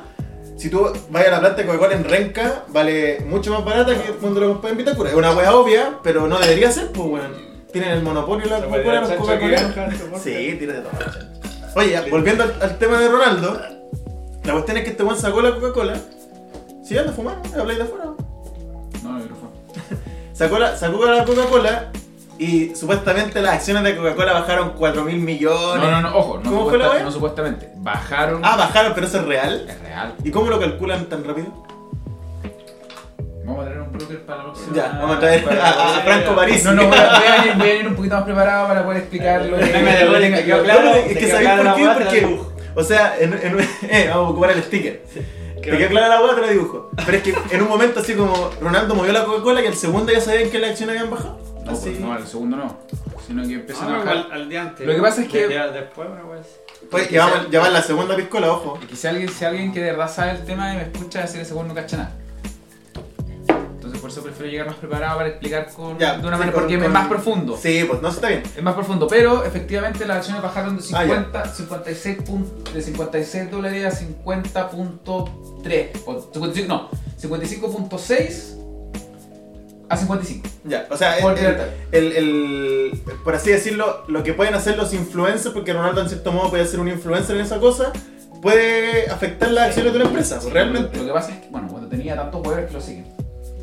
A: Si tú vas a la planta de Coca-Cola en Renca, vale mucho más barata que cuando lo compras en Vitacura. Es una wea obvia, pero no debería ser, pues, weón. Tienen el monopolio la
C: Se puede
A: Coca-Cola, los
C: dar chancho ¿eh?
A: coca
C: que ganja, se puede.
A: Sí, tira de todo. Oye, ya, volviendo al, al tema de Ronaldo, la cuestión es que este weón sacó la Coca-Cola. Si anda fumando, habláis de afuera.
B: No, el micrófono.
A: Sacó la, sacó la Coca-Cola y supuestamente las acciones de Coca-Cola bajaron 4 mil
B: No,
A: millones.
B: no, no, ojo, no,
A: ¿Cómo fue la
B: supuesta-
A: wea?
B: no supuestamente. Bajaron.
A: Ah, bajaron, pero eso es real.
B: Es real.
A: ¿Y cómo lo calculan tan rápido?
B: Vamos a traer un broker para la próxima.
A: Ya, vamos a traer
B: para-
A: a, a Franco París.
B: No, no, voy a, voy a venir, voy a venir un poquito más preparado para poder explicarlo.
C: El meme de Golden que quedó claro.
A: es
C: te
A: que
C: quedó
A: sabéis
C: clara
A: por
C: la
A: qué,
C: guata, te la
A: porque.
C: dibujo.
A: O sea, en, en- eh, vamos a ocupar el sticker. Te quedó clara la hueá, te la dibujo. Pero es que en un momento así como Ronaldo movió la Coca-Cola y al segundo ya sabían que las acciones habían bajado.
B: No,
A: así.
B: pues, no, el segundo no. Sino que empiezan
C: Ah,
B: a bajar.
C: al- al día antes.
B: Lo que pasa es que-
C: Ya después, una wea así.
A: Pues ya vamos- ya va en la segunda piscola, ojo.
B: Y quizá alguien, si alguien que de verdad sabe el tema y me escucha decir ese weón no cacha nada. Entonces por eso prefiero llegar más preparado para explicar con,
A: Ya,
B: de
A: sí,
B: una manera,
A: con-
B: porque
A: con-
B: es más profundo.
A: Sí, pues no, sí está bien.
B: Es más profundo, pero efectivamente las acciones bajaron de
A: Ah, ya.
B: 50, 56 pun- de 56 dólares a 50.3, o 55, no, 55.6 a 55.
A: Ya, o sea,
B: Porque-
A: el, el- el- por así decirlo, lo que pueden hacer los influencers, porque Ronaldo en cierto modo puede ser un influencer en esa cosa, puede afectar las acciones de una empresa, pues, realmente.
B: Lo que pasa es que, bueno, cuando tenía tantos jugadores que lo siguen.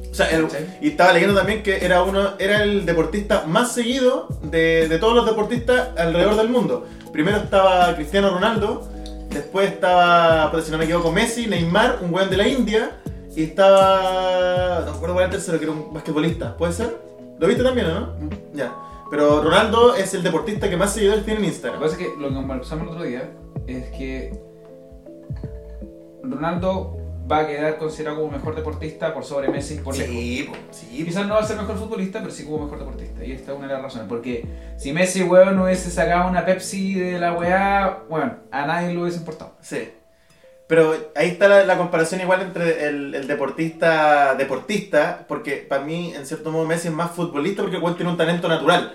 A: O sea, el-
B: Sí.
A: y estaba leyendo también que era uno, era el deportista más seguido de, de todos los deportistas alrededor del mundo. Primero estaba Cristiano Ronaldo, después estaba, pues, si no me equivoco, Messi, Neymar, un weón de la India, y estaba. No me acuerdo cuál era el tercero, que era un basquetbolista, ¿puede ser? ¿Lo viste también, o no?
B: Mm.
A: Ya. Pero Ronaldo es el deportista que más seguidores tiene en
B: Lo
A: Instagram.
B: que pasa es que lo que conversamos el otro día es que Ronaldo va a quedar considerado como mejor deportista por sobre Messi y por lejos.
A: Sí, po, sí.
B: Y quizás no va a ser mejor futbolista, pero sí como mejor deportista. Y esta es una de las razones. Porque si Messi, weón, no hubiese sacado una Pepsi de la weá, weón, a nadie lo hubiese importado.
A: Sí. Pero ahí está la, la comparación igual entre el, el deportista deportista, porque para mí, en cierto modo, Messi es más futbolista porque el weón tiene un talento natural.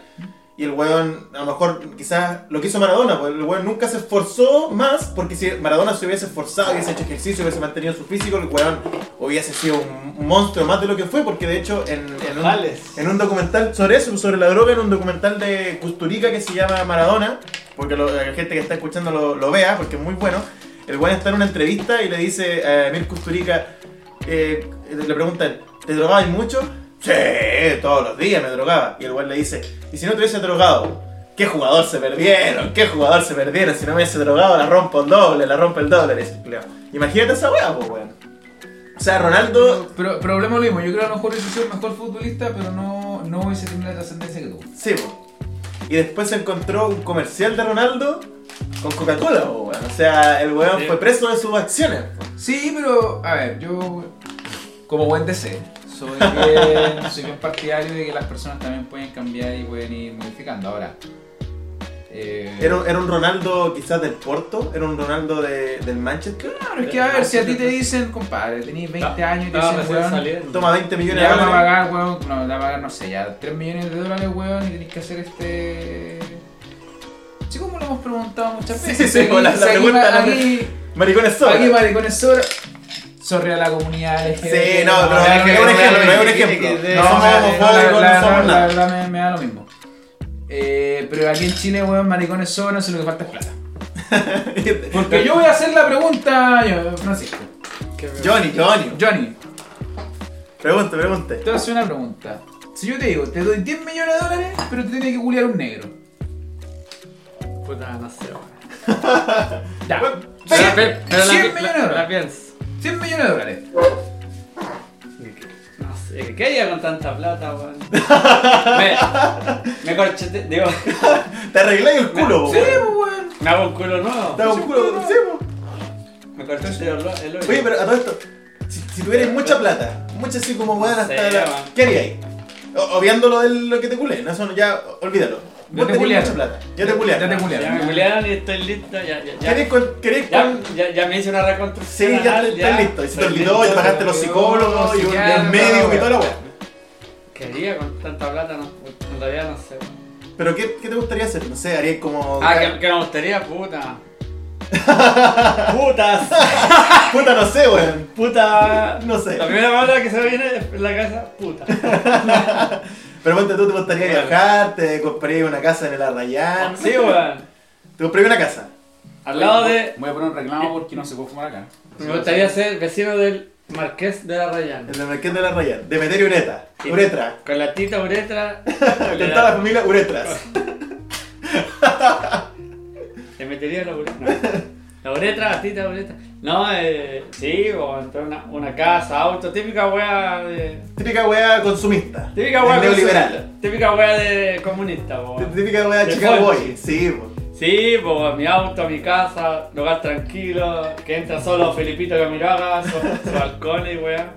A: Y el weón, a lo mejor, quizás lo que hizo Maradona, pues, el weón nunca se esforzó más, porque si Maradona se hubiese esforzado, hubiese hecho ejercicio, hubiese mantenido su físico, el weón hubiese sido un, un monstruo más de lo que fue, porque de hecho, en, en un,
D: Alex.
A: en un documental sobre eso, sobre la droga, en un documental de Custurica que se llama Maradona, porque lo- la gente que está escuchando lo, lo vea, porque es muy bueno. El weón está en una entrevista y le dice a Emir Custurica, eh, le preguntan, ¿te drogabas mucho? Sí, todos los días me drogaba. Y el weón le dice, ¿y si no te hubiese drogado? ¿Qué jugador se perdieron? ¿Qué jugador se perdieron? Si no me hubiese drogado, la rompo el doble, la rompo el doble. Le dice, Cleo. Imagínate esa weá, pues weón. O sea, Ronaldo,
B: Pero, pero hablemos lo mismo. Yo creo que a lo mejor hubiese sido el mejor futbolista, pero no, no hubiese tenido la trascendencia que tuvo.
A: sí, po. Y después se encontró un comercial de Ronaldo con Coca-Cola, po, weón. O sea, el weón
C: Sí.
A: fue preso de sus acciones. po.
B: Sí, pero a ver, yo como buen DC, soy bien, soy bien partidario de que las personas también pueden cambiar y pueden ir modificando. Ahora, eh,
A: Era, un- era un Ronaldo quizás del Porto, era un Ronaldo de- del Manchester.
B: claro, es que a ver, si a ti te dicen, compadre, tenés 20 años y te
C: Estaba
B: dicen,
C: recién
B: weón,
C: saliendo.
A: Toma 20
B: le
A: millones de
B: van a
A: dólares.
B: pagar, weón, no, le van a pagar, no sé, ya 3 millones de dólares, weón, y tenés que hacer este. Sí, como lo hemos preguntado muchas
A: Sí,
B: veces.
A: sí,
B: aquí-
A: con la- la
B: aquí-
A: pregunta la-
B: aquí-
A: Maricones sobra.
B: Aquí maricones sobra. Sorry a la comunidad LGBT.
A: Sí, no, pero es que-
B: no,
A: un ejemplo,
B: no,
A: es un
B: no,
A: ejemplo.
B: no,
A: somos
B: me-
A: homofóbicos,
B: no,
A: no
B: la-
A: somos
B: la-
A: nada.
B: la- la- me- Me da lo mismo. Eh, pero aquí en Chile, weón, maricones sobran, si lo que falta es plata. Porque yo voy a hacer la pregunta, yo- Francisco.
A: Johnny, Johnny.
B: Johnny,
A: Pregunte, pregunte.
B: te voy a hacer una pregunta. Si yo te digo, te doy 10 millones de dólares, pero te tienes que culiar un negro.
C: Puta, no sé, weón.
B: Ya.
C: Pero la
B: 100,
C: pe- pero la-
B: millones de
C: la- La
B: dólares.
C: pienso.
B: 100 millones de dólares.
C: No sé, ¿qué haría con tanta plata, weón? me, me corchete, digo,
A: Te arreglé el culo,
B: Sí,
A: weón.
B: pues, weón.
C: me hago un culo nuevo.
A: Te hago un culo, sí, po.
C: Me corcheteo el, el hoyo.
A: Oye, pero a todo esto, si, si tuvierais mucha plata, mucha así como weón hasta
C: Sí,
A: la.
C: weón.
A: ¿Qué haríais? O- Obviando lo de lo que te culé, no, eso no- ya, olvídalo. Vos
B: te
A: tenés
B: culearon.
A: mucha plata. Ya te culearon.
B: Ya te
C: Ya
B: culiaron.
C: me culearon y estoy listo, ya, ya, ya.
A: ¿Queréis con.? queréis
C: Ya,
A: con-
C: ya, ya me hice una
A: Sí,
C: reconstrucción.
A: ya
C: anal,
A: te- estás listo. Y se te
C: Estoy
A: olvidó,
C: listo.
A: y pagaste los psicólogos, y un- y el
B: Psiquiatra,
A: médico y
B: weón.
A: toda la weá.
C: ¿Qué haría con tanta plata? No, en realidad no sé. weón.
A: Pero ¿qué, qué te gustaría hacer? No sé, haríais como.
C: Ah, que, que me gustaría, puta. Putas.
A: Puta, no sé, weón.
C: Puta.
A: No sé.
C: La primera palabra que se me viene es la casa, puta.
A: Pero ponte tú, te gustaría
C: Bueno.
A: viajar, te compraría una casa en el Arrayán.
C: Sí, weón.
A: Te compraría una casa.
C: Al lado de.
B: Voy a poner un reclamo porque no se puede fumar acá.
C: Me gustaría ser vecino del Marqués de la Rayana.
A: En el mercado del Arrayán. De meter ureta.
C: Sí.
A: Uretra.
C: Con la tita uretra.
A: Con
C: le,
A: toda la
C: da-
A: familia uretras.
C: le metería la uretra. La uretra, la tita uretra. No, eh, sí, o entrar a una, una casa, auto, típica wea de.
A: Típica wea consumista.
C: Típica wea
A: Es Neoliberal.
C: Típica wea de comunista, po.
A: Típica wea
C: De
A: Chicago
C: Fonchi.
A: Boy. Sí, po.
C: Sí, pues mi auto, mi casa, lugar tranquilo, que entra solo Felipito Camiraga, su, su balcón y weá.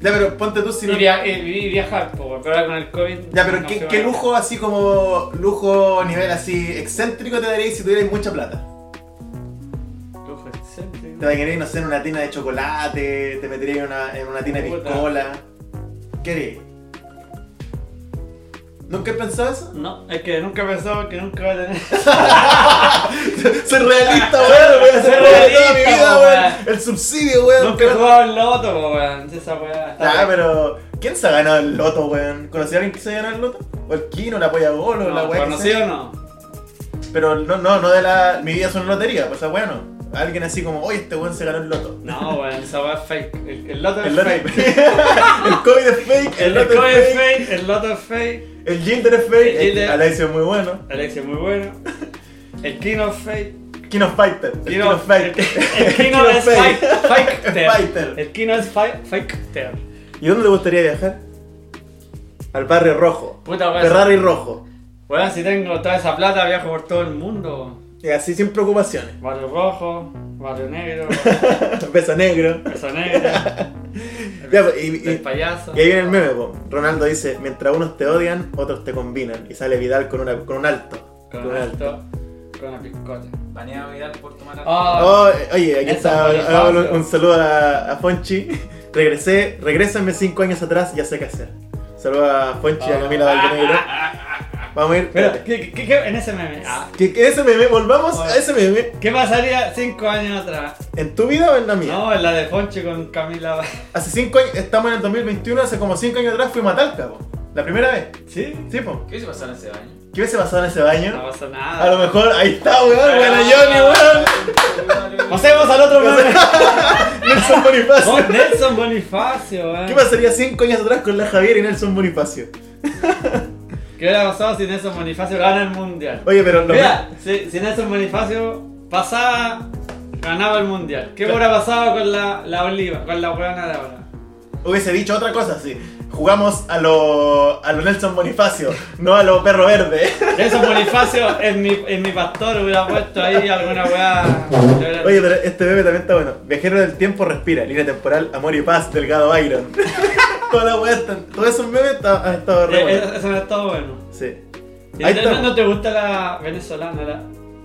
A: Ya, pero ponte tú si
C: Y,
A: no.
C: via- y- y viajar, pues, pero ahora con el COVID.
A: Ya, pero
C: no se
A: ¿qué,
C: va.
A: qué lujo así como. Lujo nivel así excéntrico te daríais si tuvierais mucha plata?
C: Lujo
A: Te
C: excéntrico.
A: bañaríais, no sé, en una tina de chocolate, te meteríais en una, en una tina de
C: Puta.
A: piscola. ¿Qué haríais? ¿Nunca he pensado eso?
C: No, es que nunca pensaba que nunca va a tener.
A: Soy realista, weón, voy a hacer weón
C: Soy
A: de toda mi
C: realista,
A: vida,
C: weón.
A: weón. El subsidio, weón.
C: Nunca he jugado al loto, po, weón. Esa weá. está-
A: Ah, pero. ¿Quién se ha ganado el loto, weón? ¿Conocí a alguien que se ha ganado el loto? ¿O el Kino, la polla golo,
C: no,
A: la weá? que sea.
C: ¿Conocido o no?
A: Pero no, no, no de la. Mi vida es una lotería, pues esa weá no. Alguien así como, oye, este weón se ganó el loto.
C: No, weón, esa weá es fake. El, el loto es
A: El loto es
C: fake.
A: fake. el COVID es fake, el
C: El
A: loto
C: loto
A: es
C: es
A: fake,
C: fake, el loto es fake.
A: el Jinder es fake,
C: El Jinder-
A: el Alexio es muy bueno.
C: Alexia es muy bueno. El Kino es fake.
A: Kino es Fighter, el Kino es fake.
C: El, el Kino es fake. Fake.
A: Fighter.
C: El Kino es fake. Fake.
A: ¿Y dónde le gustaría viajar? Al barrio rojo.
C: Puta weón.
A: Ferrari rojo.
C: Weón, si tengo toda esa plata, viajo por todo el mundo.
A: Y así sin preocupaciones.
C: Barrio Rojo, Barrio Negro,
A: Beso negro.
C: Peso Negro,
A: Ya, pues, y, y-
C: El Payaso.
A: y ahí viene el meme, po. Ronaldo dice, mientras unos te odian, otros te combinan. Y sale Vidal con, una, con un alto.
C: Con un alto, con una picota.
B: Baneado Vidal por tomar
C: Ah.
A: Oh, eh, oye, aquí
C: Eso
A: está.
C: fue
A: hagámosle un,
C: nefasto.
A: un saludo a, a Fonchi. Regresé, regrésenme cinco años atrás, ya sé qué hacer. Saludo a Fonchi y a Camila Valdenegro. Vamos a ir.
C: Pero, ¿qué, qué- qué- en ese meme? ah,
A: Que, que ese meme, volvamos
C: Oye.
A: a ese meme.
C: ¿Qué pasaría cinco años atrás?
A: ¿En tu vida o en la mía?
C: No, en la de Fonchi con Camila.
A: Hace cinco años, estamos en el 2021, hace como cinco años atrás fuimos a Talca, po. La primera vez.
C: ¿Sí?
A: Sí, po.
B: ¿Qué hubiese pasado en ese baño?
A: ¿Qué hubiese pasado en ese baño?
C: No pasa
A: A lo
C: nada.
A: mejor, ahí está, weón, buena Johnny, weón.
C: Pasemos al otro meme.
A: Nelson Bonifacio.
C: Con Nelson Bonifacio, eh. weón.
A: ¿Qué pasaría cinco años atrás con la Javier y Nelson Bonifacio?
C: ¿Qué hubiera pasado si Nelson Bonifacio gana el mundial?
A: Oye, pero lo
C: Mira, si, si Nelson Bonifacio pasaba, ganaba el mundial. ¿Qué
A: Claro.
C: hubiera pasado con la, la oliva, con la huevona de ahora?
A: hubiese dicho otra cosa, sí. Jugamos a lo, a lo Nelson Bonifacio, no a lo perro verde.
C: Nelson Bonifacio en mi, en mi pastor hubiera puesto ahí alguna Eh, weá.
A: Oye, pero este bebé también está bueno. Viajero del tiempo respira, línea temporal, amor y paz, delgado Byron. Toda la weá está- Todo eso meme está, ha estado re
C: Eh,
A: bueno.
C: eso, eso no es todo bueno.
A: Sí.
C: Si
A: Ahí
C: te-
A: está.
C: no, no te gusta la venezolana, la.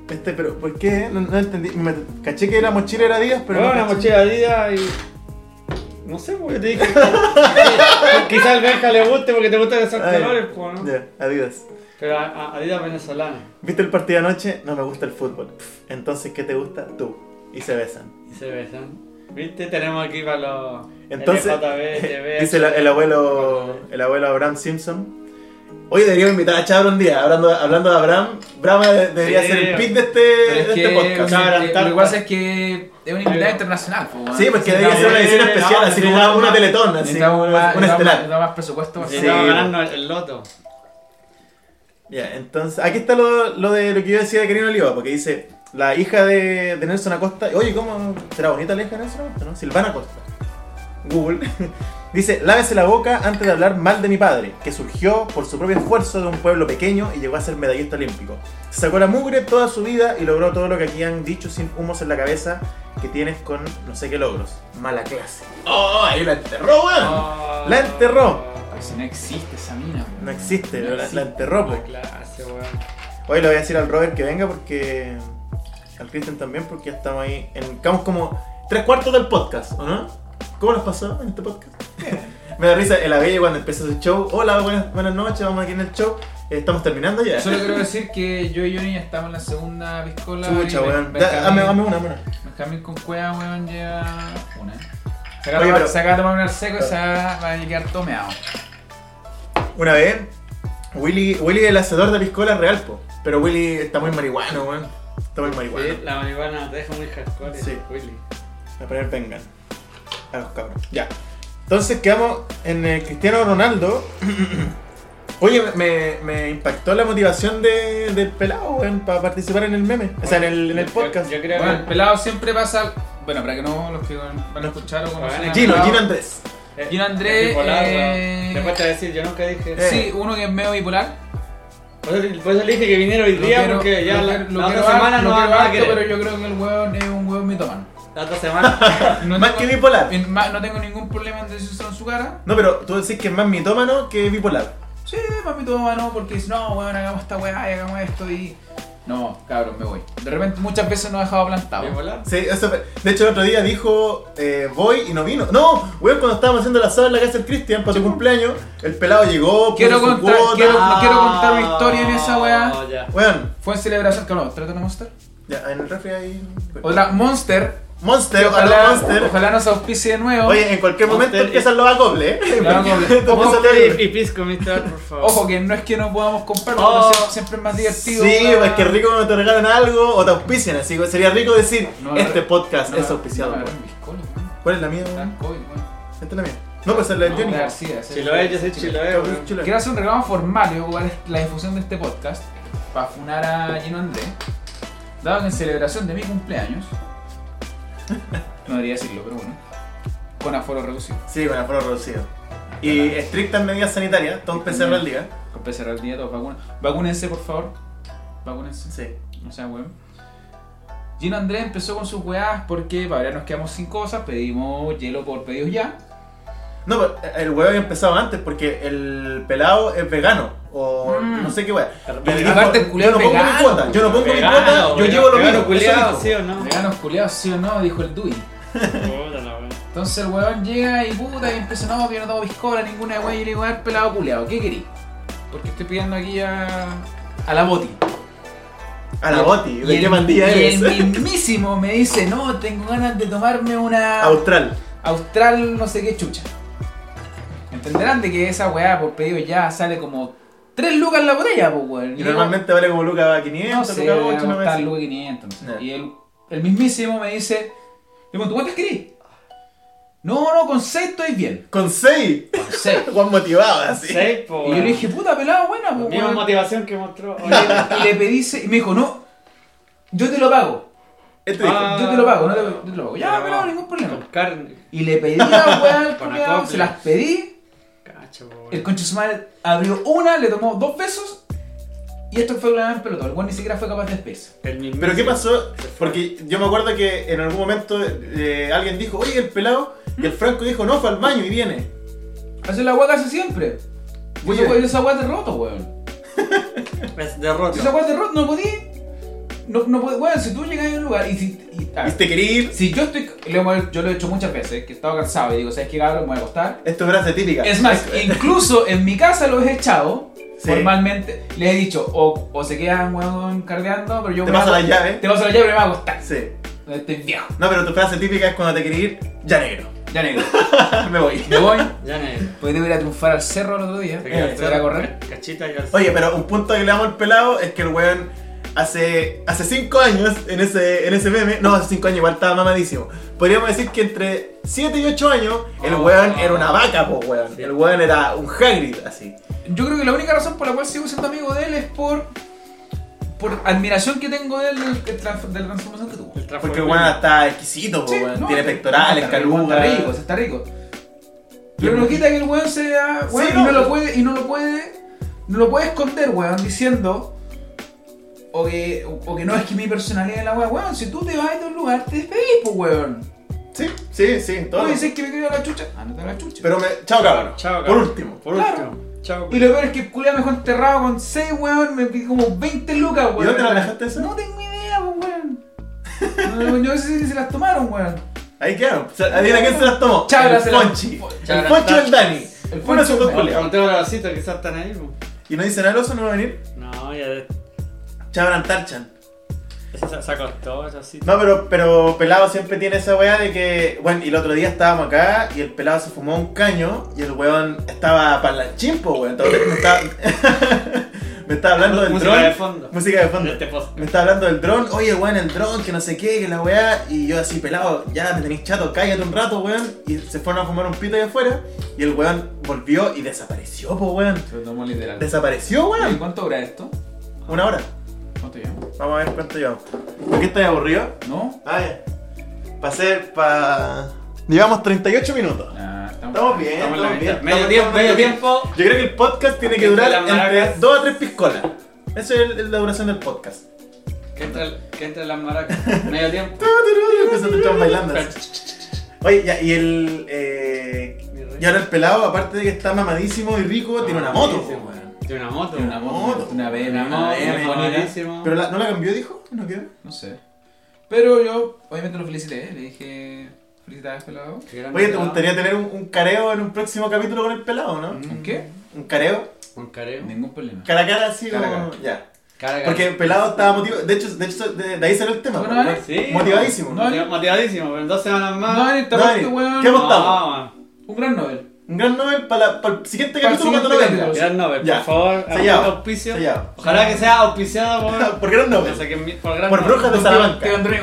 A: Este, pero ¿por qué? No, no entendí. Me caché que la mochila era Díaz, pero.
C: Pero
A: no
C: una
A: caché.
C: mochila Adidas y. No sé, porque te dije. que- Quizá al Benja le guste porque te gustan esos
A: Ay,
C: colores, po, ¿no?
A: Ya, Adidas.
C: Pero a- a- Adidas venezolana.
A: ¿Viste el partido anoche? No me gusta el fútbol. Pff, Entonces, ¿qué te gusta? Tú. Y se besan.
C: Y se besan. ¿Viste? Tenemos aquí para los.
A: Entonces,
C: LJB, TV,
A: dice la- el abuelo el abuelo Abraham Simpson. Hoy deberíamos invitar a Chabra un día. Hablando, hablando de Abraham, Brahma de- debería
C: Sí.
A: ser el pick de este,
B: Pero es
A: de
B: que,
A: este podcast.
B: o sea,
C: Cabra,
B: que
C: tal
B: lo que pasa
C: cual.
B: es que es una invitada internacional, po, weón.
A: Sí, porque debería
B: Necesitamos-
A: ser una edición especial,
C: no,
A: así
C: sí,
A: como
C: no,
A: una, una
C: no.
A: teletón, así como
B: Necesitamos
A: un,
B: más, necesitamos-
A: estelar.
B: necesitamos más presupuesto. para
C: Sí,
A: Sí.
B: hacer-
C: estamos ganando el, el loto.
A: Ya, entonces, aquí está lo, lo de lo que yo decía de Karina Oliva, porque dice, la hija de, de Nelson Acosta, oye, ¿cómo será bonita la hija de Nelson Acosta, no? Silvana Acosta. Google. dice, lávese la boca antes de hablar mal de mi padre, que surgió por su propio esfuerzo de un pueblo pequeño y llegó a ser medallista olímpico. Se sacó la mugre toda su vida y logró todo lo que aquí han dicho sin humos en la cabeza que tienes con no sé qué logros. Mala clase. ¡Oh! Ahí la enterró, weón.
C: Oh,
A: La enterró.
B: Ay, Si no existe esa mina, weón.
A: No existe,
B: No
A: la- la,
B: existe.
A: enterró, pues. po.
C: La clase, weón.
A: Hoy le voy a decir al Robert que venga porque. Al Christian también, porque ya estamos ahí. En, estamos como tres cuartos del podcast, ¿o no? ¿Cómo nos pasó en este podcast? Me da risa el Abello cuando empieza su show. Hola, buenas, buenas noches, vamos aquí en el show. Eh, estamos terminando ya.
B: Solo quiero decir que yo y Johnny ya estamos en la segunda piscola.
A: Chucha,
B: y Ben-
A: weón. Da-
B: Benjamín-
A: Dame, dame una, una.
B: Benjamín con cueva, weón, lleva una. Se
A: Oye,
B: acaba, de tomar-
A: pero-
B: se acaba de tomar un arseco y se va va a quedar tomeado.
A: Una vez, Willy, Willy es el hacedor de la escuela real, po. Pero Willy está muy marihuano, weón. Está muy marihuano.
C: Sí, la marihuana te deja muy hardcore,
A: Sí.
C: Willy.
A: A poner vengan. A los cabros. Ya. Entonces quedamos en eh, Cristiano Ronaldo. Oye, me, me impactó la motivación de, del pelado, weón, para participar en el meme. O sea, en el, en el
C: Yo-
A: podcast.
C: Yo, creo
B: Bueno, el
C: que.
B: pelado siempre pasa. Bueno, para que no los que van a escuchar o conocen. al
A: Gino,
B: pelado.
A: Gino Andrés.
C: eh,
B: Gino Andrés,
C: es bipolar,
B: eh,
C: weón. Después te voy a decir, yo nunca dije.
A: Eh.
B: Sí, uno que es medio bipolar.
C: Por eso, por eso le dije que viniera hoy
B: Lo
C: día,
B: quiero-
C: porque ya
B: lo
C: la,
B: quiero-
C: la
B: lo
C: otra
B: quiero
C: semana no
B: harto, lo
C: va
B: quiero
C: no va a
B: harto,
C: querer.
B: Pero yo creo que el hueón es un hueón mitomano.
C: La otra semana.
B: No
A: Más que
B: tengo-
A: bipolar.
B: en- más- No tengo ningún problema en decir eso en su cara.
A: No, pero tú decís que es más mitómano que bipolar.
B: Sí, mami, todo mano, porque dice, no, weón, hagamos esta weá y hagamos esto y. No, cabrón, me voy. De repente, muchas veces nos ha dejado plantado.
C: ¿Bipolar?
A: Sí, eso fue- De hecho, el otro día dijo, eh, voy y no vino. No, weón, cuando estábamos haciendo el asado en la casa del Cristian para su cumpleaños, el pelado llegó, puso
B: Quiero
A: su
B: contar-
A: cuota.
B: quiero- quiero contar mi historia en esa weá.
C: Ah, ya.
A: Weón,
B: Fue en celebración, cabrón, trata de Monster.
A: ya, en el refri hay...
B: Otra, Monster. que
A: Monster,
B: ojalá,
A: ojalá, Monster.
B: ojalá nos auspicie de nuevo.
A: Oye, en cualquier momento
C: Monster-
A: empiezan los acobles, ¿eh?
B: Los acobles.
A: Esto
C: Ojo,
A: pasa
C: y,
A: terrible.
C: y pisco, Mr. por favor.
B: Ojo, que no es que no podamos comprarlo,
C: Oh.
B: pero siempre, siempre es más divertido.
A: Sí,
B: weón.
A: pues que rico cuando te regalan algo o te auspician, así que sería rico decir,
B: No,
A: este
B: no,
A: podcast
B: No,
A: es auspiciado. pues.
B: no, no,
A: por-
B: no, biscola, weón.
A: ¿Cuál es la mía?
B: Dan
A: weón?
B: COVID, weón.
A: Esta es la mía. No, pues es la de
B: No,
A: Johnny.
B: la García, sí.
C: Chiloé, yo soy Chiloé,
A: Cabrón,
C: weón.
A: chula.
B: Quiero hacer un reclamo formal, yo voy a dar la difusión de este podcast para funar a Gino Andrés, dado que en celebración de mi cumpleaños, no debería decirlo, pero bueno, con aforo reducido,
A: Sí, con aforo reducido. Y estrictas medidas sanitarias, todos PCR al día.
B: con PCR al día, todos vacunas. Vacúnense, por favor, vacúnense,
A: Sí.
B: no sea weón. Gino Andrés empezó con sus weás porque para nos quedamos sin cosas, pedimos hielo por pedidos ya.
A: No, pero el huevo había empezado antes porque el pelado es vegano o
B: Mm.
A: no sé qué hueá. Y
B: Y
A: el dijo,
B: aparte el
A: yo
B: culiao
A: no pongo mi
B: vegano,
A: cuota, yo no pongo mi cuota, yo llevo lo mío.
C: culiado,
A: eso
C: sí
A: dijo.
C: o no.
B: Veganos culiados, sí o no, dijo el Dui.
C: Puta la wea.
B: Entonces el weón llega y puta y empieza, no, que yo no tomo piscola, ninguna weá, y yo le digo, a ver, pelado culiado, ¿qué querís? Porque estoy pidiendo aquí a, a la boti.
A: A la boti,
B: Y
A: ¿de
B: el-
A: qué pandilla
B: y el
A: eres?
B: mismísimo me dice, no, tengo ganas de tomarme una
A: Austral.
B: austral no sé qué chucha. Entenderán de que esa weá por pedido ya sale como 3 lucas la botella, pues weón.
A: Y
B: Digo,
A: normalmente vale como Luca
B: no
A: 500,
B: sé,
A: Luca
B: va a
A: 8, no
B: costar
A: me
B: lucas 500, no sé.
A: Ya.
B: Y el, el mismísimo me dice, le pregunto, ¿cuántas querís? No, no, con 6 estoy bien.
A: Con 6,
B: Con 6.
A: Juan motivado así.
C: Sí, po,
B: Y yo le
C: weón.
B: dije, puta pelado, buena, pues,
C: Misma
B: weón.
C: motivación que mostró.
B: Y le- Y le pedí, se- y me dijo, no, yo te lo pago.
A: Este dijo,
C: Ah.
B: Yo te lo pago, no te, yo te lo pago. Ya,
C: Ah.
B: pelado, ningún problema.
C: Con carne.
B: Y le pedí la weá al
C: Con
B: culiao,
C: acople.
B: se las pedí.
C: Cacho, po,
B: El
C: weón.
B: conche su madre abrió una, le tomó dos besos y esto fue una vez en pelota. El weón ni siquiera fue capaz de despedirse.
C: El mismo.
A: Pero ¿qué pasó? Porque yo me acuerdo que en algún momento eh, alguien dijo, oye, el pelado, y el Franco dijo, no, fue al baño y viene.
B: Hace la weá que hace siempre. Y
A: Oye.
B: Esa weá- esa weá es de roto, weón.
C: Es
B: Si esa
C: derrota.
B: weá es de roto, no podí. No, no podí. Weón, si tú llegas a un lugar y si. y- a ver,
A: Y te quería ir,
B: si yo estoy. lo hemos- yo lo he hecho muchas veces, que he estado cansado y digo, ¿sabes qué cabrón? Me voy a acostar.
A: esto es frase típica.
B: Es más, incluso en mi casa los he echado.
A: Sí.
B: Formalmente les he dicho, o, o se quedan weón cardeando, pero yo
A: Te
B: me
A: pasa
B: hago-
A: la llave.
B: Te paso la llave, pero me voy a acostar.
A: Sí.
B: Estoy viejo,
A: No, pero tu frase típica es cuando te quería ir, ya negro.
B: ya negro.
A: me voy.
B: Me voy.
C: Ya negro.
B: Pues debo ir a triunfar al cerro el otro día.
C: Te
B: Te
A: quedaste.
B: voy a correr.
C: Cachita y al
A: Oye, pero un punto que le damos al pelado es que el weón hace, hace cinco años en ese, en ese meme, no, hace cinco años igual estaba mamadísimo. Podríamos decir que entre 7 y 8 años el
B: Oh.
A: weón era una vaca, po weón.
C: Sí.
A: El weón era un Hagrid, así.
B: Yo creo que la única razón por la cual sigo siendo amigo de él es por. por admiración que tengo de él del- del trans- de la transformación que tuvo.
C: El trafo
A: Porque
C: de
A: el weón
C: Willy.
A: está exquisito, po
B: Sí,
A: weón.
B: no,
A: Oh, Tiene
B: está-
A: pectorales,
B: está rico,
A: caluga.
B: Está rico, se está rico. Pero no quita que el weón sea.
A: Sí,
B: Weón, y
A: no.
B: no lo puede. Y no lo puede. No lo puede esconder, weón, diciendo. O que, o o que no es que mi personalidad es la weón. Weón, si tú te vas de un lugar, te despedís, pues weón.
A: Sí, sí, sí,
B: Tú
A: todo.
B: dices que me quiero ir a la chucha. Ah, no te la chucha.
A: Pero me. Chao, cabrón.
C: Chao,
A: Por
C: cabrón.
A: último.
C: Por
B: Claro.
C: último. Chao.
B: Y lo peor es que el culiao me dejó enterrado con 6, weón. Me pidió como 20 lucas, weón.
A: ¿Y dónde la dejaste eso?
B: No tengo idea, pues, weón. No, yo no sé si se las tomaron, weón.
A: Ahí quedaron. O sea, adivina quién se las tomó.
B: Chabra se
A: el
B: las-
A: Ponchi. El
C: Chabra
A: Ponchi o
C: está-
A: el Dani.
B: El
A: Bueno, esos dos
B: Poncho-
A: culiados.
C: Preguntemos a la vasita, quizás están ahí, po.
A: Y no dice nada, el oso no va a venir.
C: No, ya
A: Chabran Tarchan.
C: se, se acostó, ya sí.
A: No, pero, pero Pelado siempre tiene esa weá de que. Bueno, y el otro día estábamos acá y el Pelado se fumó un caño y el weón estaba parlanchín, po, weón. Entonces me estaba, me estaba hablando del
C: Música de
A: dron.
C: fondo.
A: Música de fondo.
C: De este podcast.
A: Me estaba hablando del dron, oye weón, el dron, que no sé qué, que la weá. Y yo así, pelado, ya me tenéis chato, cállate un rato, weón. Y se fueron a fumar un pito allá afuera. Y el weón volvió y desapareció, po weón.
B: Se lo tomó literal.
A: Desapareció,
B: ¿Y
A: weón.
B: cuánto dura esto?
A: Una hora.
B: ¿Cuánto llevo?
A: Vamos a ver cuánto llevamos. ¿Por qué estás aburrido?
B: ¿No?
A: Ah, Para hacer, para... Llevamos 38 minutos.
B: Nah, Ah, estamos,
A: Estamos bien,
C: Estamos en la
A: estamos bien.
C: mitad. Medio
A: Estamos- estamos
C: tiempo, medio
A: bien.
C: tiempo.
A: Yo creo que el podcast tiene que
C: Entre
A: durar
C: las
A: entre
C: maracas.
A: 2 a 3 piscolas. Esa es el- la duración del podcast.
C: Que entre, que entre las maracas. Medio tiempo.
A: Empezó a estar bailando. así. Oye, ya, y el. Eh,
C: Mi rey.
A: y ahora el pelado, aparte de que está mamadísimo y rico, tiene una moto.
C: Ah, Sí,
A: po, weón.
C: Tiene una moto.
B: Una moto,
A: Moto.
B: una BMW,
C: Una moto,
B: una
A: BMW,
B: bonita.
C: buenísimo.
A: Pero la- no la cambió, dijo. No quiero.
B: No sé. Pero yo, obviamente lo felicité, le dije. Felicidades, pelado.
C: Qué grande
A: Oye, ¿te
C: pelado.
A: gustaría tener un, un careo en un próximo capítulo con el pelado, no?
C: Mm.
B: ¿Con qué?
A: ¿Un careo?
C: Un careo.
B: Ningún problema.
A: Cara a cara, así
B: Cara a
A: como. Ya.
C: Cara, cara.
A: Porque el pelado estaba motivado. De hecho, de, hecho de, de ahí salió el tema.
B: Bueno,
A: po,
B: vale.
A: ¿no?
C: Sí,
A: Motivadísimo.
B: no,
C: Motiv- Motivadísimo, pero en dos semanas más.
B: No, en el
A: Dani,
B: tarrote, weón.
A: ¿qué
C: no,
A: vamos-
C: man.
B: Un gran Nobel.
A: Un gran Nobel para, la- para el siguiente
B: Para el
A: capítulo cuando lo
B: siguiente
A: venga.
C: Gran Nobel,
A: Ya.
C: por favor.
A: Sellado.
C: algún auspicio.
A: Sellado.
C: Ojalá que sea auspiciado por.
A: ¿Por qué gran
C: o sea,
A: Nobel?
C: que mi- por Gran
A: Por
C: Nobel.
A: brujas de
B: Te
A: Salamanca.
B: Andrés,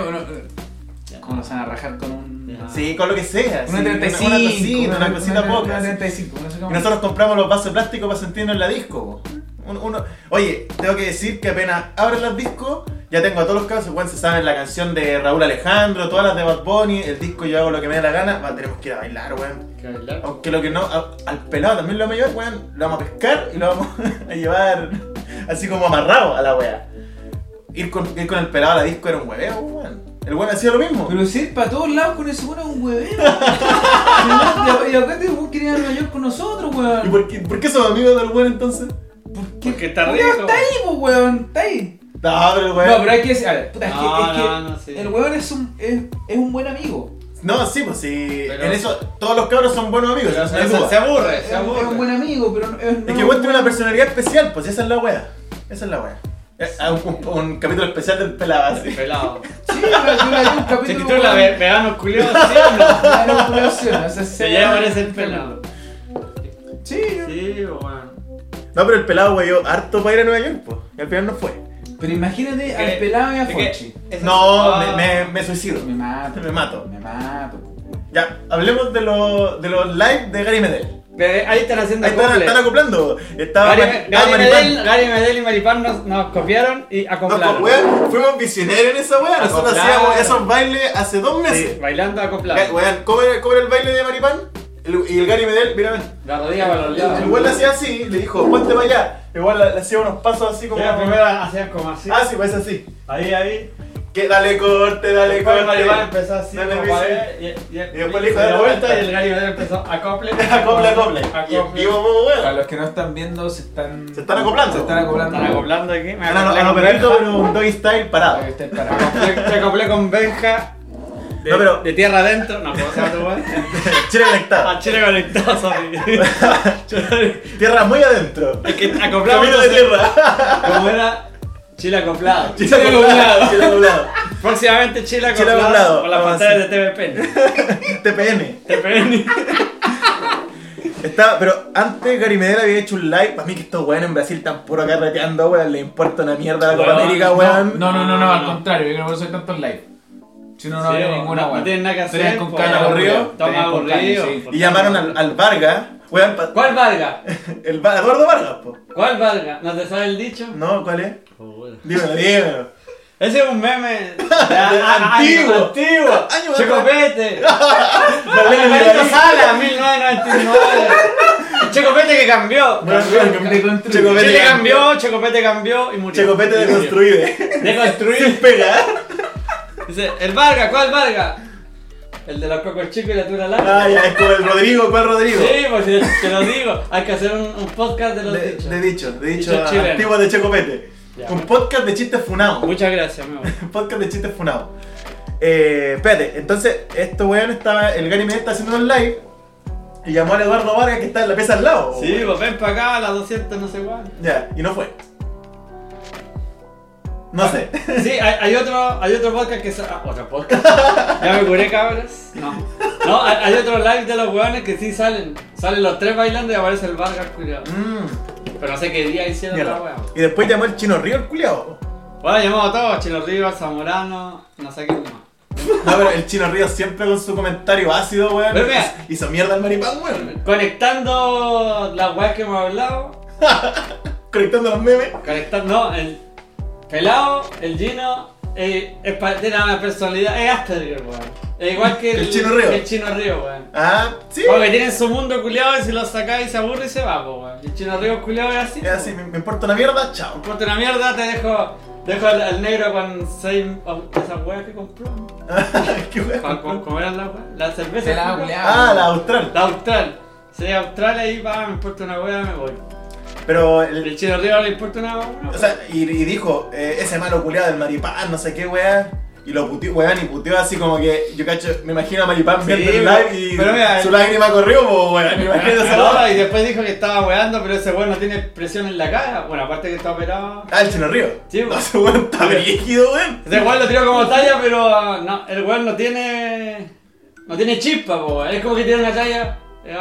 B: ¿Cómo nos van a rajar con un. Ah.
A: Sí, con lo que sea. sí,
B: Una 35.
A: Una, cosita, una cosita poca.
B: Una
A: así.
B: 35. no sé cómo.
A: Y nosotros compramos los vasos de plástico para sentirnos en la disco. po. Un- uno- Oye, tengo que decir que apenas abren las discos, ya tengo a todos los casos, weón, se saben la canción de Raúl Alejandro, todas las de Bad Bunny, el disco Yo hago lo que me dé la gana, va, tenemos que ir a bailar, weón.
C: Que bailar.
A: Aunque lo que no, a- al pelado también lo vamos a llevar, weón, lo vamos a pescar y lo vamos a llevar así como amarrado a la weá. ir con, ir con el pelado a la disco era un hueveo, weón. El weón hacía lo mismo.
B: Pero si para todos lados con ese bueno es un huevero. weón. y acá te vos querías ir a Nueva York con nosotros,
A: ¿Y
B: weón.
A: por qué, por qué somos amigos del weón entonces?
B: ¿Por
C: Porque está
B: Weón,
C: rico.
B: Está ahí, pues, weón. Está ahí.
A: No, pero el weón.
B: No, pero hay que decir. A ver, puta, es que,
C: No,
B: es que
C: no, no, sí.
B: el weón es un, es, es un buen amigo.
A: No, sí, pues sí.
C: Pero-
A: En eso, todos los cabros son buenos amigos,
C: Pero
A: eso no hay
C: se-
A: duda.
C: se aburre,
B: Es,
C: se
B: un- es un
C: aburre.
B: buen amigo, pero no es. no
A: Es que weón
B: un
A: tiene una
B: buen-
A: personalidad especial, pues esa es la wea. Esa es la wea. Es un, un- un capítulo especial del pelado, así.
C: Pelado.
B: Sí, pero yo la vi
C: Si
B: un capítulo.
C: tú la
B: weón,
C: ve- vegano culiao, ¿sí o no?
B: la manipulación, o sea,
C: Se
B: se-
C: llama ese pelado.
B: Sí,
C: Sí, weón.
A: No, pero el pelado weyó harto para ir a Nueva York, pues. Y al final no fue.
B: pero imagínate
C: Es
B: al
C: que-
B: pelado y a
C: es que-
B: Fonchi.
C: ese-
A: No,
C: ah.
A: me, me- me suicido.
B: Me mato.
A: Me mato.
B: Me mato. pues,
A: Ya, hablemos de, los de los live de Gary Medel.
C: Ve, Ahí están haciendo
A: Ahí están,
C: acople.
A: están acoplando. Estaba
C: Gary,
A: Mar-
C: Gary
A: estaba Maripán.
C: Medel, Gary Medel y Maripán nos, nos copiaron y
A: No,
C: acoplaron.
A: pues, weón, fuimos visionarios en esa weá. Nosotros
C: Acoplaron.
A: hacíamos esos bailes hace dos meses.
C: Ah, Sí, bailando acoplado.
A: Ga- Weón, ¿cómo era, cómo era el baile de Maripán? El- y el Gary Medel, mira, ven.
C: La rodilla para los lados.
A: El weón le hacía así, le dijo, ponte para allá. Igual le, le hacía unos pasos así como.
C: Sí, la primera hacían como así.
A: Ah, sí, pues así.
C: Ahí, ahí.
A: Que dale corte, dale
C: Después el Maripán
A: corte.
C: empezó así.
A: Dale,
C: como
A: dice.
C: para ver, y, y,
A: Y después le dijo,
C: la
A: dale
C: vuelta
A: vuelta.
C: y el Gary Medel empezó acople.
A: Acople, acople. Y en
C: acople.
A: vivo, muy
B: Para
A: weón.
B: los que no están viendo, se están.
A: Se están acoplando.
B: Se están acoplando.
C: Están acoplando aquí. Me
A: Ah, no, no,
C: acoplé
A: ah, no,
C: con
A: pero
C: Benja.
A: pero un doggy style parado.
B: Para que estén parados.
C: Te acoplé con Benja. De,
A: No, pero-
C: de tierra adentro. No, puedo ser tu weón.
A: Chile conectado.
C: A Chile conectado, Sami.
A: Tierra muy adentro.
C: Es que acoplado.
A: Camino de tierra.
C: Como era Chile acoplado.
A: Chile nublado. Chile nublado.
C: Próximamente Chile
A: Chile
C: acoplado.
A: acoplado.
C: Por las
A: Ah,
C: pantallas de TVP.
A: TPN.
C: TVP.
A: Estaba, pero antes Gary Medel había hecho un live. Para mí que estos weones en Brasil tan puro carreteando, weón. Le importa una mierda la Copa
C: Weón,
A: América,
B: No,
A: weón.
B: No, no, no, no, al
C: No.
B: contrario, yo creo que por eso hay tantos live. Si uno no
C: Sí,
B: había
C: no,
B: ninguna,
C: no
B: weón.
C: tienen nada que hacer,
B: Tenían con
C: po,
B: caña
C: están
B: aburrido.
C: aburridos, están
B: tenían con caña,
C: aburridos.
B: sí.
A: Y llamaron al, al Vargas, weón. pa-
C: ¿Cuál valga?
A: El Va- Eduardo Vargas, po.
C: ¿Cuál valga? ¿No te sale el dicho?
A: No, ¿cuál es? Dímelo, dímelo.
C: Ese es un meme
A: Antiguo.
C: antiguo, antiguo.
A: Año
C: Checopete.
A: Marlene
C: Alberto
A: Villarreal.
C: Sala, 1999. Checopete que cambió.
A: Weón,
B: Checopete
A: weón,
B: construido.
A: Checopete
C: Chile cambió, Checopete cambió y murió.
A: Checopete
C: Y murió.
A: deconstruido.
C: Deconstruido.
A: Sin pega.
C: Dice, el Varga, ¿cuál Varga? El de los cocos chicos y la tura larga.
A: Ah, ya, es como el Rodrigo. ¿Cuál Rodrigo?
C: Sí, pues te, te lo digo. Hay que hacer un, un podcast de los
A: De,
C: dichos.
A: de dicho, de dicho,
C: Dicho chileno.
A: antiguo de Checopete.
C: Ya.
A: Un podcast de chistes funados.
C: Muchas gracias, mi amor.
A: podcast de chistes funados. Eh, espérate, entonces, este weón estaba, el Gary Medel está haciendo un live y llamó al Eduardo Vargas que está en la pieza al lado.
C: Sí,
A: weón.
C: pues ven para acá a las 200, no sé cuál.
A: Ya, y no fue. No sé.
C: Sí, hay, hay otro, hay otro podcast que sa- ah, otro podcast. Ya me curé, cabras. No. No, hay, hay otro live de los hueones que sí salen. Salen los tres bailando y aparece el Vargas, cuidado.
A: Mm,
C: Pero no sé qué día hicieron
A: mierda.
C: la hueá.
A: Y después llamó el chino río el culiao.
C: Bueno, llamamos a todos, Chino Rivas, Zamorano, no sé quién más.
A: No, pero el chino río siempre con su comentario ácido, weón.
C: Pero mira.
A: Hizo mierda al maripán, weón.
C: Conectando las weas que hemos hablado.
A: Conectando los memes.
C: Conectando, no, el pelado, el Gino, eh, es pa- tiene una personalidad, es Asperger, weón. Es igual que el,
A: El Chino Río.
C: El Chino Río, weón.
A: Ah, sí.
C: Porque tienen su mundo culiado y si lo sacáis se aburre y se va, po, weón. El chino río culiado es así.
A: Ya, sí, me, me importa una mierda, chao.
C: Ponte una mierda, te dejo, dejo al, al negro con seis o- esas weas que compró.
A: Qué weón.
C: Pa- con- ¿Cómo eran las weas? La cerveza.
B: Se la
C: culiao.
B: buleaba.
A: Ah, la austral.
C: La austral. Sí, austral ahí va, me importa una wea, me voy.
A: Pero el,
C: El chino río le importa una wea.
A: O sea, y, y dijo, eh, ese malo culiado del maripán, no sé qué, weá. Y lo puteó, weón, y puteó así como que, yo cacho, me imagino a maripán
C: Sí,
A: viendo el
C: pero-
A: live y
C: pero mira,
A: su
C: el-
A: lágrima corrió, po, weón, me imagino esa
C: No,
A: weá.
C: y después dijo que estaba weando, pero ese weón no tiene presión en la cara. Bueno, aparte que está operado.
A: Ah, el chino río.
C: Sí,
A: no, ese weón está brígido, weón.
C: Ese weón lo tiró como talla, pero ah, no, el weón no tiene. No tiene chispa, po. Es como que tiene una talla. eh,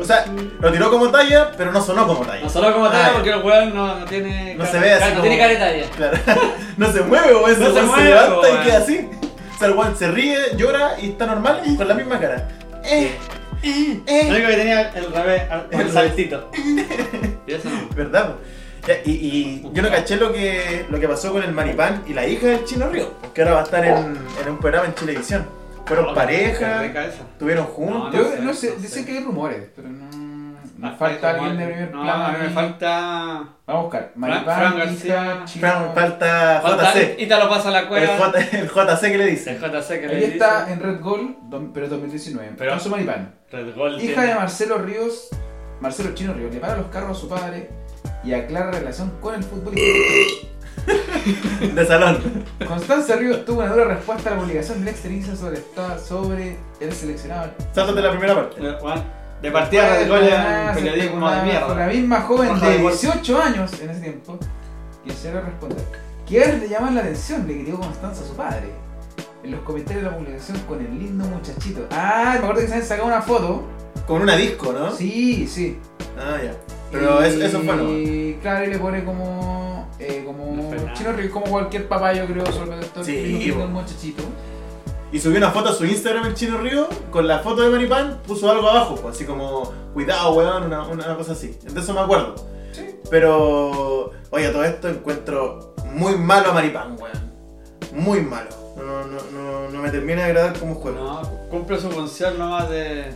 A: O sea, lo tiró como talla, pero no sonó como talla.
C: no solo como talla
A: Ah,
C: porque el weón no, no tiene.
A: No
C: cara-
A: se ve así
C: No
A: como-
C: tiene cara de talla.
A: Claro. no se mueve, weón,
C: No
A: ese
C: se
A: weón se,
C: mueve,
A: levanta
C: po,
A: y queda
C: weón.
A: así. O sea, el weón se ríe, llora y está normal y con la misma cara. Eh, eh, eh.
C: Lo único que tenía el revés, al- el,
A: El
C: saltito. y eso no.
A: ¿Verdad? po? Ya, y, y yo no caché lo que, lo que pasó con el Maripán y la hija del Chino Río, que ahora va a estar en, en un programa en Chilevisión. Fueron
C: No,
A: pareja,
C: qué rica esa.
A: estuvieron juntos.
C: No,
B: Yo no sé,
C: no sé.
B: dicen que hay rumores, pero no. Me
C: Ah,
B: falta
C: como-
B: alguien de primer
C: no,
B: plano
C: a mí me
B: ahí.
C: falta.
B: Vamos a buscar.
C: Fran
B: Maripán,
C: García,
B: Pija,
A: Fran-
B: Chino.
A: Falta
C: falta
A: JC.
C: Y te lo pasa a la
A: El,
C: cueva.
A: J- el JC que le
C: El
A: dice.
C: JC que le
B: Ahí
C: dice.
B: está en Red Gold, dom- pero 2019.
C: Pero-
B: Pero su Maripán.
C: Red Gold.
B: Hija
C: tiene-
B: de Marcelo Ríos, Marcelo Chino Ríos, le para los carros a su padre y aclara relación con el futbolista.
A: De salón.
B: Constanza Ríos tuvo una dura respuesta a la publicación del extranjero sobre, esta- sobre el seleccionado.
A: Sáltate la primera parte.
C: Eh, Juan, De partida Red Gold era un periodismo de
B: Con la
C: mierda.
B: misma joven
C: Hoja
B: de
C: de bolsa.
B: 18 años en ese tiempo que se le responder. Que le llamar la atención, le criticó Constanza a su padre. En los comentarios de la publicación con el lindo muchachito. Ah, me acuerdo que se han sacado una foto.
A: Con una disco, ¿no?
B: Sí, sí.
A: Ah, ya. Pero
B: Y-
A: es- eso fue no.
B: Y claro, y le pone como. eh, como.
C: No fue nada.
B: Chino Ríos, como cualquier papá, yo creo, sobre todo.
A: Sí, bo.
B: un muchachito.
A: Y subió una foto a su Instagram el Chino Río con la foto de Maripán, puso algo abajo, pues, así como, cuidado, weón, una, una- una cosa así. De eso me acuerdo.
B: Sí.
A: Pero, oye, a todo esto encuentro muy malo a Maripán, weón. Muy malo. No, no, no, no me termina de agradar como juego.
C: No, cumple su función nomás de,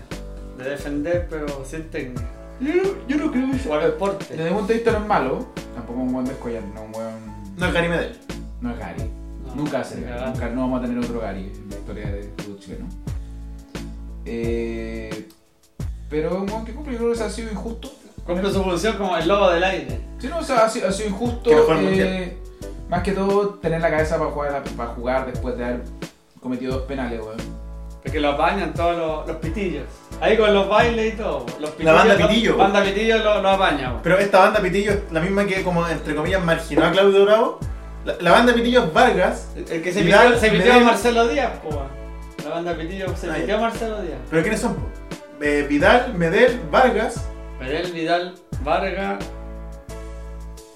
C: de defender, pero sin técnica.
B: Yo, no- yo no creo que.
C: Jugar
B: Desde
C: deporte.
B: mi punto de vista no es malo. Tampoco es un buen descollar, no es un buen.
A: No el cariño de él.
B: No es Gary. Nunca va a ser Gary. Nunca no vamos a tener otro Gary en la historia del fútbol chileno. Eh, pero es un weón que cumple, yo creo que se ha sido injusto.
C: Cumple su función como el lobo del aire.
B: Sí, no, o sea, ha sido, ha sido injusto.
A: Que no juega al
B: eh, más que todo, tener la cabeza para jugar, para jugar después de haber cometido dos penales, weón.
C: Porque lo apañan todos los, los pitillos. Ahí con los bailes y todo. Los pitillos,
A: banda
C: los-
A: pitillo.
C: banda pitillo lo, lo apaña. po.
A: Pero esta banda Pitillo es la misma que, como, entre comillas, marginó a Claudio Bravo. La, la banda Pitillo es Vargas.
C: El que se
A: Vidal,
C: pitió, se pitió a
A: Medel.
C: Marcelo Díaz, po. La banda pitillo se
A: Ah,
C: pitió
A: ya.
C: a Marcelo Díaz.
A: ¿Pero quiénes son? po? Eh, Vidal, Medel, Vargas.
C: Medel, Vidal, Vargas.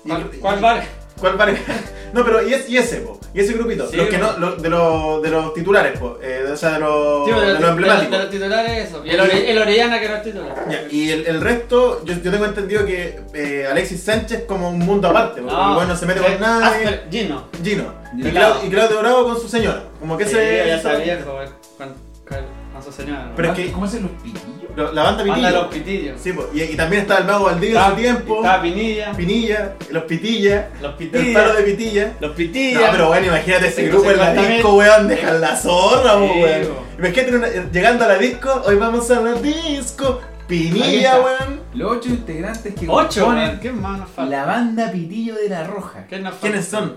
A: Y-
C: ¿Cuál, cuál Vargas?
A: ¿Cuál pareja? No, pero y, es- y ese, po. Y ese grupito.
C: Sí,
A: los que no, los- de, los, de los titulares, po. Eh, o sea, de los,
C: Sí, pero
A: de los emblemáticos.
C: de los titulares, eso. Y el, Ore- el Orellana que no es titular.
A: Ya, y el, el resto, yo, yo tengo entendido que eh, Alexis Sánchez es como un mundo aparte, porque el weón no se mete
C: eh,
A: con nadie.
C: Asper- Gino.
A: Gino. Y,
C: Claudio.
A: Clau- y Claudio Bravo con su señora. Como que
C: Sí,
A: se.
C: ya está viejo, eh, con, con- con su señora. ¿no?
A: Pero es
B: ¿Cómo-
A: que-
B: ¿Cómo hacen los pitillos?
A: lo- La banda
C: Banda de los
A: Pitilla.
C: pitillos.
A: Sí, po. y, y también está el mago Valdivia en su tiempo.
C: Estaba Pinilla.
A: Pinilla, los Pitilla,
C: Los
A: el
C: pitillos.
A: paro de Pitilla.
C: Los
A: No,
C: pitillos.
A: pero bueno, imagínate ese
C: Sí,
A: grupo en la
C: exactamente.
A: disco, weón, dejan la zorra, po,
C: Sí,
A: weón.
C: po.
A: Imagínate en una- eh, llegando a la disco, hoy vamos a la disco.
B: Ahí
A: Pinilla,
B: está.
A: weón.
B: Los ocho integrantes que
C: Ocho,
B: componen
C: man. ¿Qué más nos falta?
B: la banda Pitillo de la Roja.
C: ¿Qué nos falta?
A: ¿Quiénes son?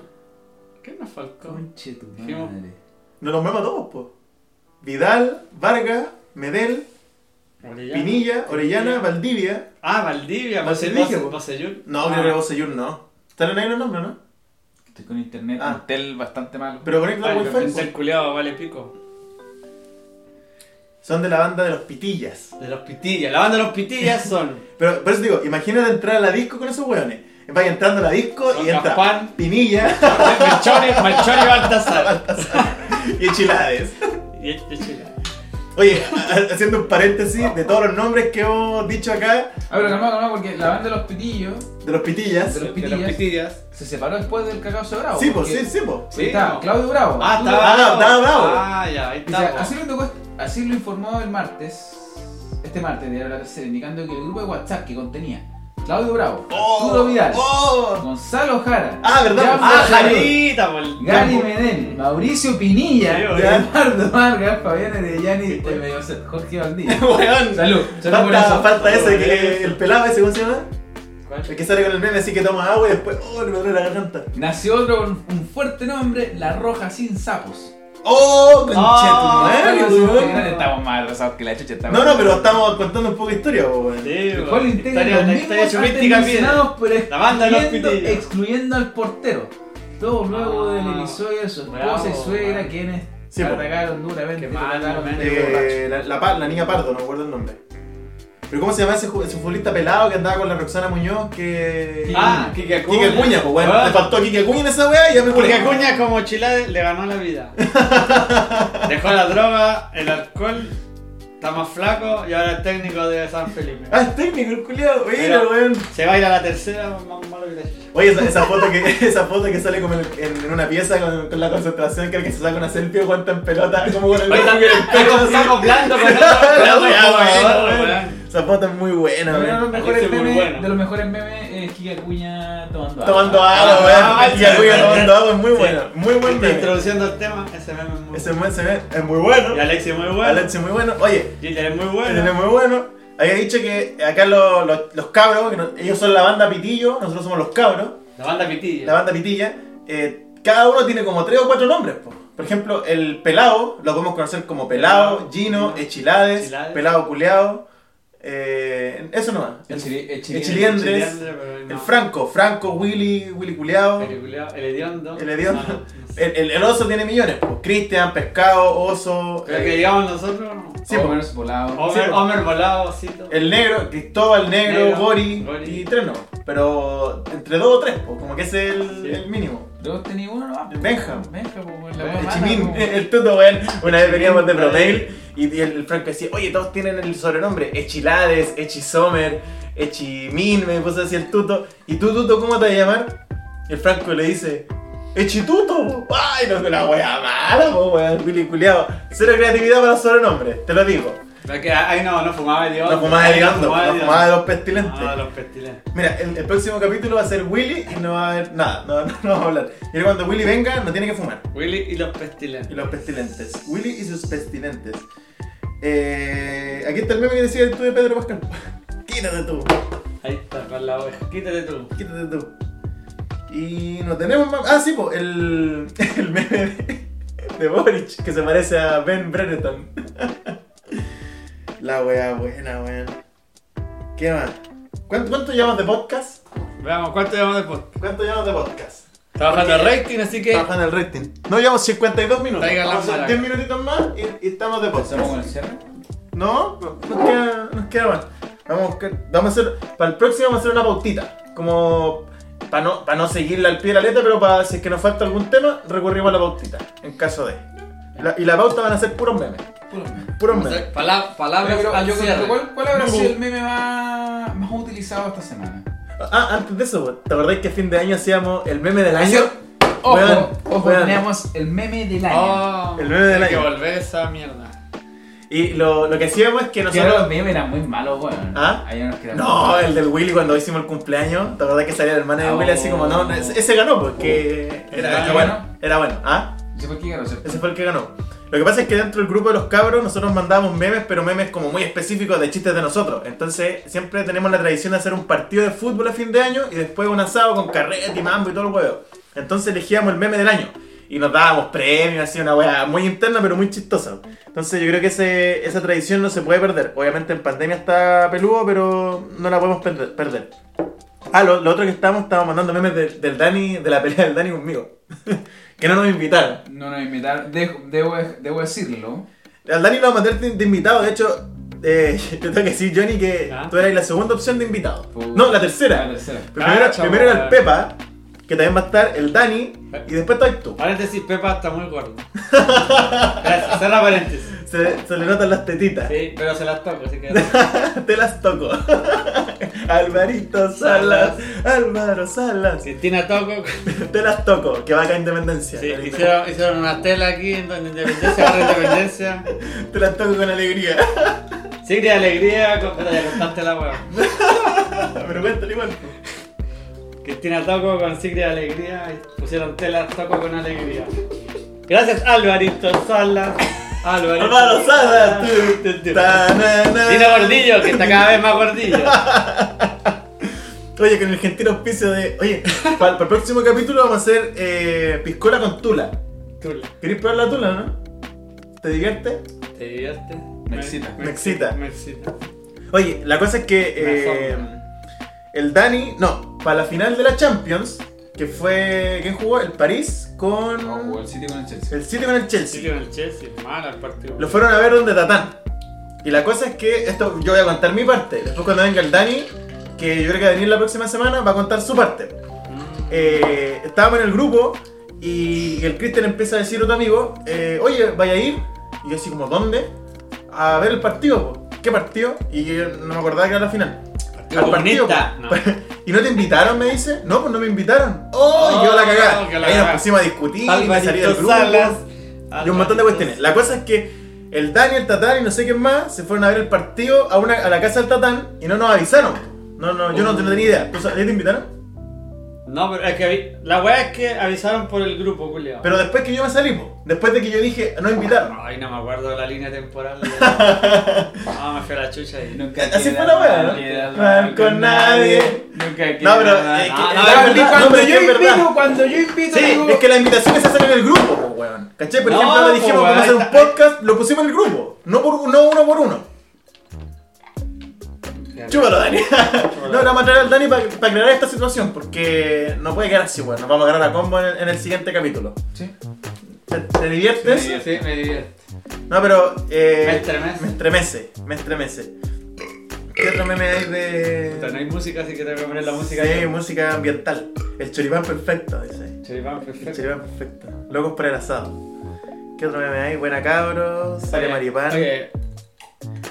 C: ¿Qué nos faltó?
B: Conche tu
C: Dijimos-
B: madre.
A: Nos los vemos a todos, po. Vidal, Vargas, Medel,
C: Orellana.
A: Pinilla, Orellana, Valdivia.
C: Ah, Valdivia.
A: Valdivia,
C: Bosellur.
A: po.
C: Bosellur.
A: No,
C: Ah.
A: creo que Bosellur no. Están ahí los nombres, ¿no?
B: Estoy con internet,
A: Ah.
B: un tel bastante malo.
A: Pero conecta
C: Ay,
A: al
C: pero pensé
A: Wi-Fi.
C: el
A: po.
C: culiado vale pico.
A: Son de la banda de los pitillas.
C: De los pitillas. La banda de los pitillas son.
A: Pero por eso digo, imagínate entrar a la disco con esos weones. Vaya entrando a la disco
C: Son
A: y entra
C: Gaspar.
A: Pinilla
C: Melchor y Melchor y Baltasar.
A: y Chilades.
C: Y este chile.
A: Oye, ha- haciendo un paréntesis de todos los nombres que hemos dicho acá,
B: A ver, calma, calma, porque la banda de los pitillos
A: de los pitillas.
B: De los
C: De los
B: pitillas.
C: pitillas.
B: se separó después del cacao Bravo.
A: Sí, pues,
B: porque-
A: sí, sí, pues.
B: Ahí está,
C: no.
B: Claudio Bravo.
C: Ah,
B: Claudio
C: estaba
A: Ah,
C: bravo.
A: estaba bravo.
C: Ah, ya, ahí
B: Dice,
C: está. po.
B: así, lo tocó- así lo informó el martes, este martes de la tercera, indicando que el grupo de WhatsApp que contenía Claudio Bravo, Arturo Vidal,
A: ¡Oh!
B: Gonzalo Jara,
A: Ah, ¿verdad?
B: Jan
C: Ah,
B: Bosellur,
C: Jarita, po, el-
B: Gary Medel, Mauricio Pinilla,
C: Sí, oye.
B: Leonardo Vargas, Fabián Arellani, eh, medio ser Jorge Valdivia.
A: Weón.
B: Salud, salud por
A: Falta,
B: eso.
A: falta ese que el pelado ese, ¿cómo se llama? El
C: ¿Cuál?
A: que sale con el meme así que toma agua y después, oh, le duele la garganta.
B: Nació otro con un fuerte nombre, La Roja Sin Sapos.
A: Oh,
B: Pero
A: conchetumare,
B: esos
A: weón.
B: integrantes Estamos más atrasados que la chucha. estamos-
A: No, no, pero estamos contando un poco de historia, po, weón. Eh,
C: Sí,
B: El
C: po.
B: cual integra
C: Historia-
B: los
C: la
B: mismos
C: historia chupística
B: antemencionados, pero
C: La banda de los
B: excluyendo-
C: pitillos.
B: excluyendo al portero. Todo luego
C: Ah,
B: del episodio de su esposa
C: bravo,
B: y suegra,
C: man.
B: quienes
A: Sí, po.
B: atacaron duramente.
C: Qué mal,
B: trataron
C: man.
B: de borracho.
A: Eh, la, la par- la niña Pardo, no me acuerdo el nombre. Pero ¿cómo se llama ese, ju- ese futbolista pelado que andaba con la Roxana Muñoz? Que...
C: Ah, Kike Acuña.
A: Kike Acuña, pues weón.
C: Ah.
A: Le faltó Kike Acuña en esa weá y ya me
C: Porque
A: acordé.
C: Acuña como Chilade le ganó la vida. Dejó la droga, el alcohol, está más flaco y ahora es técnico de San Felipe.
A: Ah, es técnico el culiado, mira,
C: Mira.
A: weón.
C: Se va a ir a la tercera, más malo que la chucha.
A: Oye, esa, esa foto que, esa foto que sale como en, en- en una pieza con, con la concentración, que el que se saca una selfie aguanta en pelota, como con el
C: Oye,
A: en el
C: está
A: pecho, así.
C: acoplando con
A: La
C: otro
A: weá,
C: jugador,
A: weón.
C: weón.
A: Esa foto es muy buena,
B: Uno de
A: weón.
B: los mejores
C: Ese muy
B: memes,
C: bueno.
B: de los mejores memes es Kikakuya tomando agua.
A: Tomando
C: Ah,
A: agua,
C: ah,
A: weón. Y el
C: sí.
A: cuyo tomando agua es muy
C: Sí.
A: bueno. Muy buen meme.
C: Introduciendo el tema, ese meme es muy
A: Ese meme se ve- es muy bueno.
C: Y Alexis es muy bueno.
A: Alexis es muy bueno. Oye,
C: Jitter es muy
A: Él es
C: bueno.
A: muy bueno. Había dicho que acá los, los, los cabros, que no- ellos son la banda Pitillo, nosotros somos los cabros,
C: La banda Pitilla.
A: la banda Pitilla, eh, cada uno tiene como tres o cuatro nombres. po. Por ejemplo, el Pelao, lo podemos conocer como Pelao, Gino, Echilades,
C: Echilades.
A: Pelao Culeado, eh, eso nomás. El,
B: El chili- el chili-
A: el chiliendres,
C: Chiliandre, pero
A: el
C: no.
A: Franco, Franco, Willy, Willy Culeado,
C: El culiao, el hediondo.
A: el Hediondo.
C: No, no, no sé.
A: el, el- el Oso tiene millones, po. Cristian, Pescado, Oso,
C: Pero
A: eh,
C: que digamos nosotros, no.
A: sí, po. Oh.
B: Homers volado.
C: Homer,
A: sí, po.
C: Homer volado, Cito.
A: El negro, Cristóbal, negro,
C: Negro,
A: Gori,
C: Gori.
A: y tres no. Pero entre dos o tres, po, como que ese es el,
C: Sí.
A: el mínimo.
B: Debo tener uno nomás.
A: El Benja.
B: Benja, pues, la wea
A: El
B: mala,
A: chimín,
B: po.
A: el tuto, weón. Una vez veníamos de
C: Chimín,
A: Promail y y el, el Franco decía, oye, todos tienen el sobrenombre, Echilades, Echisomer, Echimin, me puso así el tuto. ¿Y tú, tuto, cómo te vas a llamar? Y el Franco le dice, Echituto. po". Ay, no, la wea mala, po, weón, Willy culiao. Cero creatividad para los sobrenombres, te lo digo.
C: Pero que ahí no, no fumaba hediondo.
A: No fumás de gando, no fumás de los pestilentes.
C: No, de Ah, los pestilentes.
A: Mira, el, el próximo capítulo va a ser Willy y no va a haber nada, no, no, no vamos a hablar. Y cuando Willy venga, no tiene que fumar.
C: Willy y los
A: Y
C: pestilentes.
A: los pestilentes. Willy y sus pestilentes. Eh, aquí está el meme que decía tú de Pedro Pascal. Quítate tú,
C: Ahí está, con la oveja. Quítate tú.
A: quítate tú. Y no tenemos más. Ah, sí, pues, el, el meme de, de Boric que se parece a Ben Brenneton. La wea buena, weón. ¿Qué más? ¿Cuánto, ¿Cuánto llamas de podcast?
C: Veamos, ¿cuánto llevamos de podcast?
A: ¿Cuánto llamas de podcast?
C: Está bajando el rating, así que.
A: Bajan el rating. No llevamos 52 minutos.
C: Traiga la
A: Vamos a hacer
C: maraca.
A: 10 minutitos más y, y estamos de podcast.
B: Empezamos con el cierre.
A: No, nos queda, nos queda más. Vamos a buscar- vamos a hacer, para el próximo vamos a hacer una pautita. Como para no, para no seguirla al pie de la letra, pero para si es que nos falta algún tema, recurrimos a la pautita. En caso de. La- y la pauta van a ser puros memes.
B: Puro meme.
A: Puros
C: O
A: memes.
C: sea, pala-
A: Ah,
C: palabras
B: Pero,
C: al
B: yo creo que
C: cierre.
B: ¿cuál, ¿Cuál habrá
A: No,
B: sido
A: po.
B: el meme más, más utilizado esta semana?
A: Ah, antes de eso, pues, ¿te acordáis que a fin de año hacíamos el meme del año?
B: Ojo,
A: Weón,
B: ojo,
A: weón.
B: tenemos el meme del año.
C: Oh,
A: Ah, El nueve del
C: hay que
A: año.
C: volver a esa mierda.
A: Y lo, lo que hacíamos es que
B: Que ahora los
A: nosotros.
B: memes eran muy malos, weón.
A: ¿Ah?
B: Hay unos que eran
A: No, el del Willy cuando hicimos el cumpleaños, ¿te acordás que salía la hermana de Willy así como no? no, Ese ese ganó porque
B: Oh.
A: Ah, era, bueno.
B: ¿Era bueno?
A: Era bueno, ¿ah?
B: No sé por qué ganó, ¿cierto?
A: Ese fue el que ganó. Lo que pasa es que dentro del grupo de los cabros nosotros mandábamos memes, pero memes como muy específicos de chistes de nosotros. Entonces siempre tenemos la tradición de hacer un partido de fútbol a fin de año y después un asado con carrete y mambo y todo el huevo. Entonces elegíamos el meme del año y nos dábamos premios, así una hueá muy interna pero muy chistosa. Entonces yo creo que ese- esa tradición no se puede perder. Obviamente en pandemia está peludo, pero no la podemos perder. perder. Ah, lo, lo otro que estábamos, estábamos mandando memes de- del Dani, de la pelea del Dani conmigo. que no nos invitaron.
B: No nos invitaron. Dejo- Debo, debo decirlo.
A: Al Dani lo vamos a tener de invitado, de hecho, eh, te tengo que decir, Johnny, que
C: ¿Ah?
A: tú eras la segunda opción de invitado.
B: Puta.
A: No, la tercera.
B: La tercera.
A: Primero,
C: Cacha,
A: primero era el
C: Ah, weón.
A: Pepa, que también va a estar el Dani, y después estás tú.
C: Paréntesis, Pepa está muy gordo. Gracias, cerra paréntesis.
A: Se, se le notan las tetitas.
C: Sí, pero se las toco, así que.
A: Te las toco. Alvarito Salas, Álvaro Salas.
C: Cristina Toco.
A: Te las toco, que va acá a Independencia.
C: Sí,
A: Con Independencia.
C: hicieron, hicieron una tela aquí en donde independencia agarra independencia.
A: Te las toco con alegría.
C: Sí, de alegría, con pero ya contaste la hueá.
A: Pero cuéntale igual. po.
C: Cristina Toco con Sigrid Alegría y pusieron tela Toco con Alegría. Gracias, Alvarito Sala. Alvarito
A: Álvaro Salas, tú.
C: Tu, tu.
A: Tanana.
C: Dino Gordillo, que está cada vez más gordillo.
A: Oye, con el gentil auspicio de. Oye, para el próximo capítulo vamos a hacer eh, piscola con tula.
C: Tula.
A: ¿Querés probar la tula, no? ¿Te divierte?
C: ¿Te divierte?
B: Me excita.
A: Me excita.
C: Me excita.
A: Oye, la cosa es que
C: Me
A: eh,
C: asombra.
A: el Dani, no, para la final de la Champions, que fue. ¿Quién jugó? El París con.
B: No, jugó el City con el Chelsea.
A: el City con el
C: Sí,
A: Chelsea.
C: con el Chelsea, mala el partido.
A: Lo fueron a ver donde Tatán. Y la cosa es que esto yo voy a contar mi parte. Después cuando venga el Dani, que yo creo que va a venir la próxima semana, va a contar su parte.
C: Mm.
A: eh, estábamos en el grupo y el Cristian empieza a decir a otro amigo, eh, oye, vaya a ir. Y yo así como, ¿dónde? A ver el partido. po. ¿Qué partido? Y yo no me acordaba que era la final.
C: Partido
A: al partido, pues,
C: comunista. No.
A: ¿Y no te invitaron? Me dice. No, pues no me invitaron. ¡Oh!
C: Oh,
A: y yo la cagada.
C: que la
A: Ahí nos
C: cagá.
A: pusimos a discutir, me salí del
C: Alvarito
A: grupo
C: Salas.
A: y un montón de cuestiones. La cosa es que El Dani, el Tatán y no sé quién más se fueron a ver el partido a, una, a la casa del Tatán y no nos avisaron. No, no, yo no tenía ni idea. ¿Tú, sabes- ¿Te invitaron?
C: No, pero es que avi- la weá es que avisaron por el grupo, culiao.
A: Pero después que yo me salí, po. después de que yo dije, no invitaron.
C: Ay, no me acuerdo de la línea temporal. de- Ah, me fui a la chucha y.
B: Nunca
A: Así
B: queda
A: fue la wea, ¿no?
B: nadie,
A: No hay con nadie.
B: Nunca
A: No, pero,
B: queda
A: eh,
B: nadie.
C: que-
B: Ah,
C: es
B: no,
A: verdad,
B: cuando
A: no, pero
B: yo
A: es que es
B: invito,
A: verdad.
B: cuando yo invito,
A: Sí,
B: digo,
A: es que las invitaciones se hacen en el grupo, po, weón. ¿Cachai? Por
C: No,
A: ejemplo, ahora
C: po,
A: dijimos que
C: weón,
A: vamos a hacer un
C: ahí está-
A: podcast, lo pusimos en el grupo. No, por, no uno por uno. Chúpalo, Dani. no, le vamos a traer al Dani para aclarar esta situación, porque no puede quedar así, weón. Nos vamos a agarrar a combo en el, en el siguiente capítulo.
B: Sí.
A: ¿Te, te diviertes?
B: Sí,
C: Sí, me divierto.
A: No, pero. eh,
C: Me estremece.
A: Me estremece, me estremece. ¿Qué otro meme hay
C: Puta, No
A: de.?
C: hay música, así que tengo que poner la música.
A: Sí,
C: yo.
A: música ambiental. El choripán perfecto, dice.
C: Choripán,
A: El
C: perfecto.
A: choripán perfecto. Locos para el asado. ¿Qué otro meme hay? Buena cabros, sale
C: Oye,
A: maripán.
C: oye,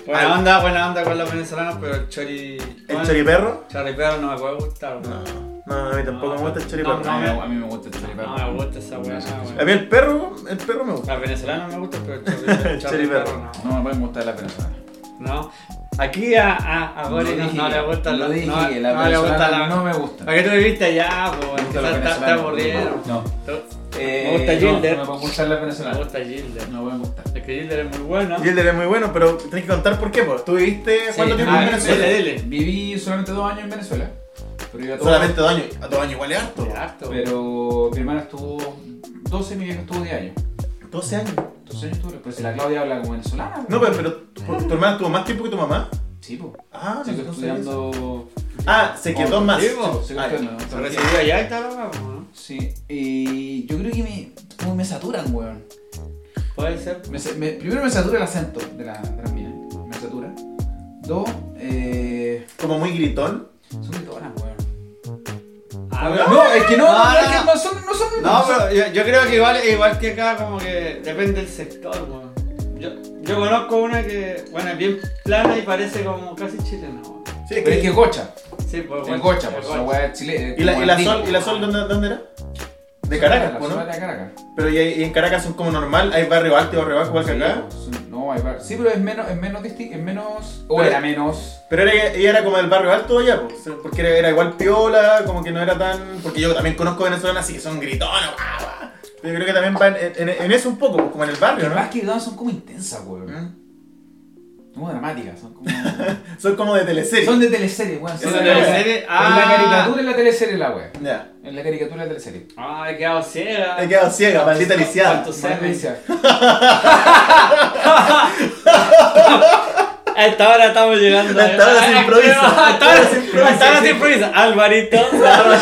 C: Buena
A: Ah.
C: onda, buena onda con los venezolanos, pero el chori.
A: ¿El choriperro?
C: Choripero no me puede gustar, weón.
A: No, a mí tampoco
C: No,
A: me gusta el
C: no,
A: choriperro.
B: A mí me- a mí me gusta el choripán.
C: No me gusta esa weá,
A: A
C: weón.
A: mí el perro, el perro me gusta.
C: Los venezolanos me gustan, pero el choripero- el
A: Choripero.
C: choripero no.
B: No me pueden gustar las personas.
C: No. Aquí a, a, a Gori no, no le gusta
B: lo
C: la.
B: dije,
C: no,
B: la
C: no le gusta la.
B: no me gusta.
C: ¿Para qué tú viviste allá, po? Está,
B: Me gustan los
C: está, está
B: venezolanos.
C: aburrido.
B: No.
C: Me gusta
B: no,
C: Gilder.
B: No me pueden gustar las
C: Me
B: venezolanas.
C: gusta Gilder.
B: No me pueden gustar.
C: Es que Gilder es muy bueno.
A: Gilder es muy bueno, pero tenés que contar por qué, pues. ¿Tú viviste cuánto tiempo
B: ah,
A: en
B: sí.
A: Venezuela?
C: Dele, dele.
B: Viví solamente dos años en Venezuela. Pero iba todo-
A: Solamente dos años. A dos años igual es harto.
C: Es harto, po.
B: Pero mi hermana estuvo 12 y mi vieja estuvo 10 años.
A: 12 años.
B: 12 años estuvo. Pues si la Claudia habla como venezolana.
A: No, pero, pero tu, tu hermana tuvo más tiempo que tu mamá.
B: Sí, pues.
A: Ah,
B: Sigo
A: no sabía eso.
B: estudiando.
A: Ah, se quedó
B: Oh,
A: más.
C: sí, po.
B: Sigo
A: Ah,
B: estudiando.
C: Se recibió allá y tal, weá, po, ¿no?
B: Sí. Y yo creo que me, como me saturan, weón.
C: Puede ser.
B: Me sa- me- primero me satura el acento de, la, de las minas. Me satura. Dos, eh,
A: Como muy gritón.
B: son gritonas, weón.
C: Ah, pero-
B: No, es que no,
C: No,
B: no,
A: Ah.
B: es
C: no.
B: que no son, no son
C: No,
B: gritonas.
C: pero yo, yo creo que igual, igual que acá, como que depende del sector, weón. Yo, yo conozco una que, bueno, es bien plana y parece como casi chilena, weón.
A: Sí,
B: Pero es que es gocha.
C: Sí, pues,
B: Es
C: bueno,
B: gocha,
C: es
B: pues
C: gocha.
B: la weá de Chile.
A: ¿Y la, y la sol, y la sol ¿dónde, dónde era? De Caracas,
B: La
A: po,
B: zona
A: ¿no?
B: pues. de Caracas.
A: Pero y, y en Caracas son como normal, hay barrio alto y barrio bajo igual que
B: Sí,
A: acá.
B: son- No, hay bar- Sí, pero es menos, es menos disti- es menos. O
A: Pero-
B: era menos.
A: Pero era, ella era como del barrio alto allá, po, o sea, porque era, era igual piola, como que no era tan... Porque yo también conozco venezolanas así que son gritonas, guau, guau. Pero yo creo que también van en, en- en eso un poco, como en el barrio,
B: Las
A: ¿no?
B: que gritonas son como intensas, weón.
A: ¿Mm?
B: Como dramáticas, son como.
A: Son como de teleserie.
B: son de teleserie, weón.
C: ¿Son
B: son
C: de
B: la weá.
C: teleserie?
B: En la
C: Ah.
B: caricatura es la teleserie la weá.
A: Ya.
B: En la caricatura es la teleserie.
C: Ah, he quedado ciega.
A: He quedado ciega, maldita lisiada.
C: ¿Cuánto
B: Maldita
C: semen?
B: sea.
C: A esta hora estamos llegando.
A: A esta hora se
C: eh.
A: improvisa.
C: A esta hora se improvisa. A esta hora se improvisa. Alvarito.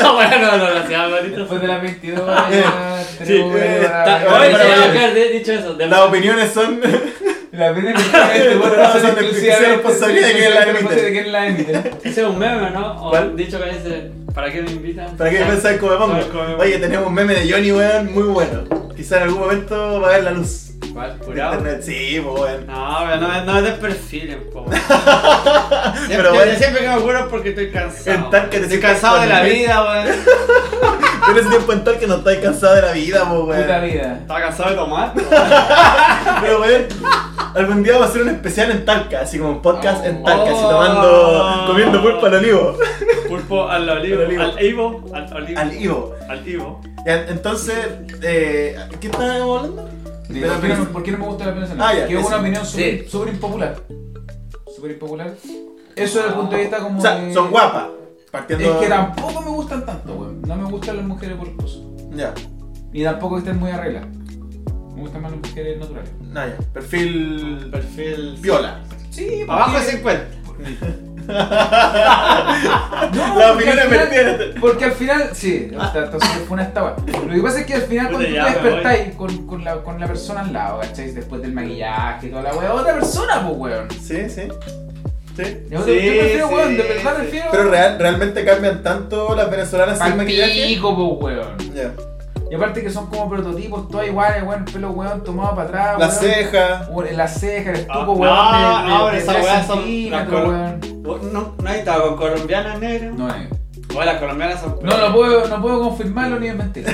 C: No, bueno, no, no, no, sí, Alvarito.
B: Después de las 22 ya
A: Sí,
B: tenemos
A: eh,
B: la-
A: está-
B: la-
A: Bueno,
C: Oye,
A: bueno,
C: se
A: bueno.
C: va a dejar de- dicho eso. de-
A: Las opiniones son...
B: La pena que este
A: Son de exclusiva responsabilidad de quien la emite.
B: de quien la emite.
C: Ese es un meme, ¿no? O
A: ¿Cuál?
C: Dicho que dice, ¿para qué me invitan?
A: ¿Para qué
C: O sea,
A: pensar cómo me
C: ¿sabes cómo me
A: pongo?
C: pongo?
A: Oye, tenemos un meme de Johnny, weón, muy bueno. Quizá en algún momento va a ver la luz.
C: ¿Cuál?
A: de
C: ¿Curado?
A: internet. Sí, po, weón.
C: No, pero no, me- no me desperfilen, po. siempre,
A: Pero bueno.
C: siempre que me acuerdo es porque estoy
A: En
C: cansado.
A: tal que te
C: estoy
A: sientas
C: cansado de la
A: con-
C: vida, weón.
A: Pero ese tiempo en tal que no estáis cansado de la vida, po,
B: Puta
A: weón.
B: vida.
C: Estaba cansado de tomar.
A: Pero, weón, algún día va a ser un especial en Talca, así como un podcast en Talca, así
C: Oh.
A: tomando, comiendo pulpa al olivo.
C: Pulpo al olivo.
A: Al olivo.
C: Al Ivo. Al olivo.
A: Al Ivo.
C: Al Ivo.
A: Ya, Entonces, eh, ¿qué estábamos hablando?
B: Sí,
A: Pero
B: ¿por, qué no, por qué no me gusta la prensa?
A: Ah, ya,
B: que es
A: eso.
B: una opinión
C: Sí.
B: súper súper impopular. Súper impopular. Eso desde el punto de vista como.
A: O sea,
B: de-
A: son guapas. Partiendo...
B: Es que tampoco me gustan tanto, weón. No me gustan las mujeres voluptuosas.
A: Ya,
B: Ni tampoco que estén muy arregladas. Me gustan más las mujeres naturales.
A: no, ya. Perfil...
C: Perfil.
A: Viola.
B: Sí,
C: Abajo de 50.
B: No,
A: La
B: porque
A: opinión
B: al
A: es
B: final-
A: mentira.
B: Porque al final, sí, hasta- entonces fue una estafa. Lo que pasa es que al final cuando
C: Puta,
B: tú
C: ya,
B: te
C: me
B: despertáis con, con, la, con la persona al lado, ¿cachai? Después del maquillaje y toda la wea, otra persona, pues weón.
A: Sí, sí. Sí.
B: Yo
C: Sí,
B: yo prefiero,
C: sí,
B: weón, de verdad
C: sí.
B: prefiero.
A: Pero real- realmente cambian tanto las venezolanas sin
B: Pa'l
A: maquillaje.
B: pico, pues weón.
A: Ya.
B: Y aparte que son como prototipos, todas iguales, weón, pelo weón tomado para atrás,
A: Las
B: weón.
A: cejas.
B: Weón, Las cejas, el
C: Ah, no,
B: estuco, weón. de- de-
C: no,
B: de
C: esas
B: tres
C: weas son-
B: centímetros,
C: las cor-
B: weón.
C: Oh, No, no hay estado con colombianas negras.
B: No, eh.
C: O las colombianas son.
B: no lo puedo, no puedo confirmarlo ni es mentira.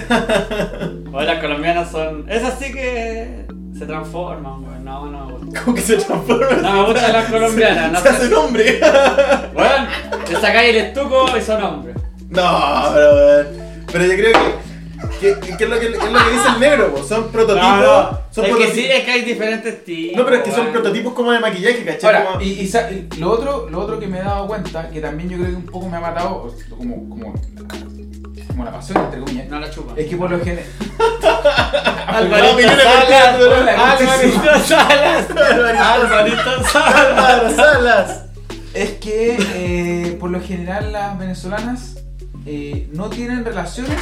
C: O las colombianas son. Esas sí que. se transforman, weón. No, no me gusta.
A: Como que se transforma.
C: No me gustan las colombianas, no
A: se hace nombre.
C: Weón, te sacáis el estuco y son hombres.
A: No, pero weón. Pero yo creo que. que, que es, lo que es lo que dice el negro, po. son prototipos.
C: No, no.
A: Son
C: es que
A: prototipos.
C: sí, es que hay diferentes tipos.
A: No, pero es que son
C: weón.
A: prototipos como de maquillaje, ¿cachai?
B: Ahora,
A: Como-
B: y, y sa- y lo, otro, lo otro que me he dado cuenta, que también yo creo que un poco me ha matado, o sea, como, como, como la pasión, entre comillas,
C: No la chupan.
B: es que por lo general...
A: No,
C: Alvarito
A: millones de
C: Salas,
A: títulos.
C: Alvarito Salas, Alvarito Salas.
A: Álvaro Salas.
B: Es que eh, por lo general las venezolanas eh, no tienen relaciones,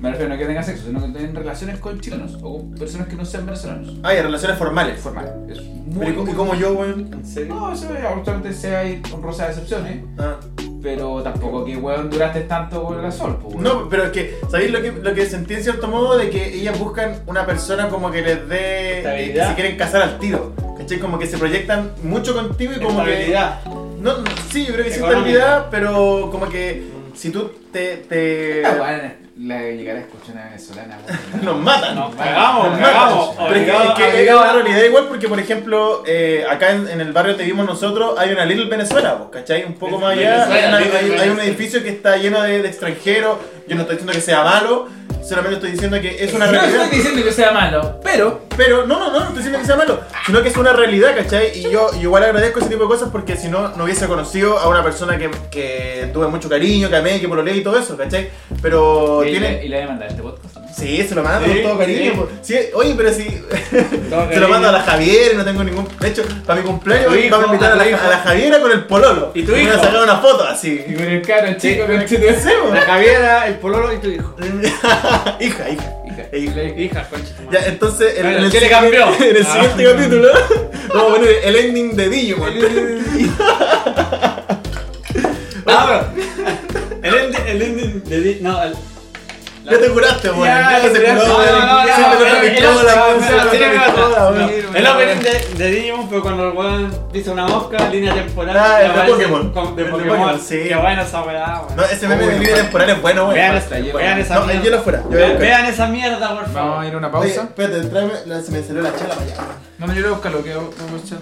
B: me refiero no que tengan sexo, sino que tienen relaciones con chilenos o con personas que no sean venezolanos.
A: Ay, Ah, relaciones formales.
B: Formal. Es muy...
A: Pero ¿y cómo- ¿y como yo, weón?
C: ¿En serio?
B: No, eso es, absolutamente se hay honrosas excepciones,
A: Ah.
B: pero tampoco que weón duraste tanto con la sol, pues, weón.
A: No, pero es que, ¿sabéis lo que, lo que sentí en cierto modo? De que ellas buscan una persona como que les dé. eh, que
C: Estabilidad.
A: se quieren casar al tiro. ¿Cachai? Como que se proyectan mucho contigo y como que.
C: Estabilidad.
A: No, no, sí, yo creo que sí,
C: Económica.
A: estabilidad, pero como que si tú te. te
B: Esta weá Eh, la de llegar a escuchar una venezolana, weón.
A: nos matan.
C: Nos cagamos, nos
A: Nos matan.
C: cagamos.
A: Pero es que-
C: Obligado,
A: es que es
C: obligado
A: una
C: a-
A: realidad igual porque, por ejemplo, eh, acá en, en el barrio te vimos nosotros, hay una Little Venezuela, po, ¿cachai? Un poco más allá, hay,
C: Venezuela,
A: una-
C: Little
A: hay- hay un
C: Venezuela.
A: edificio que está lleno de, de extranjeros, yo no estoy diciendo que sea malo, solamente estoy diciendo que es una
B: No
A: realidad.
B: estoy diciendo que sea malo, pero
A: Pero no, no, no, no estoy diciendo que sea malo, sino que es una realidad, ¿cachai? Y yo igual agradezco ese tipo de cosas porque si no, no hubiese conocido a una persona que, que tuve mucho cariño, que amé, que pololeé y todo eso, ¿cachai? Pero
B: Y
A: Oh, tiene...
B: la- y la voy a mandar a este podcast. ¿no?
A: Sí, se lo mando
C: Sí,
A: con todo cariño.
C: sí.
A: po. Sí, oye, pero si
C: Todo
A: se lo mando a
C: cariño.
A: la Javier y no tengo ningún. De hecho, para mi cumpleaños
C: A tu
A: vamos
C: hijo,
A: a invitar a
C: a
A: la,
C: tu hijo.
A: a la Javiera con el pololo.
C: ¿Y
A: Me
C: tu
A: Van
C: hijo?
A: a sacar una foto así.
B: Y con el caro
A: Sí,
B: chico,
A: con
B: con
A: el- Sí, po.
C: La Javiera, el pololo y tu hijo.
A: hija, hija. Hija.
C: Hija, concha. tu madre.
A: Ya, entonces, en,
C: Bueno,
A: en el
C: ¿qué le
A: siguiente-
C: cambió?
A: en el
C: Ah.
A: siguiente capítulo, vamos a poner el ending de Digimon.
C: Ah, bro. El ending, el ending de Di- No, el.
A: Ya te curaste, weón.
B: Ya,
A: Ya te curaste.
B: ya, no, no, no, ya,
A: Siempre con la
B: el- el-
A: pistola, weón,
B: el-
A: siempre
B: el-
A: con la
B: el-
A: pistola, weón.
B: el-
C: El opening de, de Digimon fue cuando el weón dice una mosca, línea temporal.
A: Ah,
C: y
A: el de
C: aparece
A: Pokémon.
C: con-
A: El
C: de
A: de
C: Pokémon.
A: Pokémon, sí.
C: Qué buena esa weá, weón.
A: No, ese meme
B: Oh,
A: de vida
B: bueno.
A: temporal es bueno, weón.
C: Vean,
B: basta, yo-
C: vean esa
A: No,
C: mierda.
A: yo lo fuera, yo voy a
C: vean,
A: buscar.
C: vean esa mierda, por
B: Vamos a
C: favor.
B: ir a una
A: Oye,
B: pausa.
A: espérate, tráeme. la- Se me salió la chala para allá.
B: No, no, yo voy a buscarlo, que vamos a echar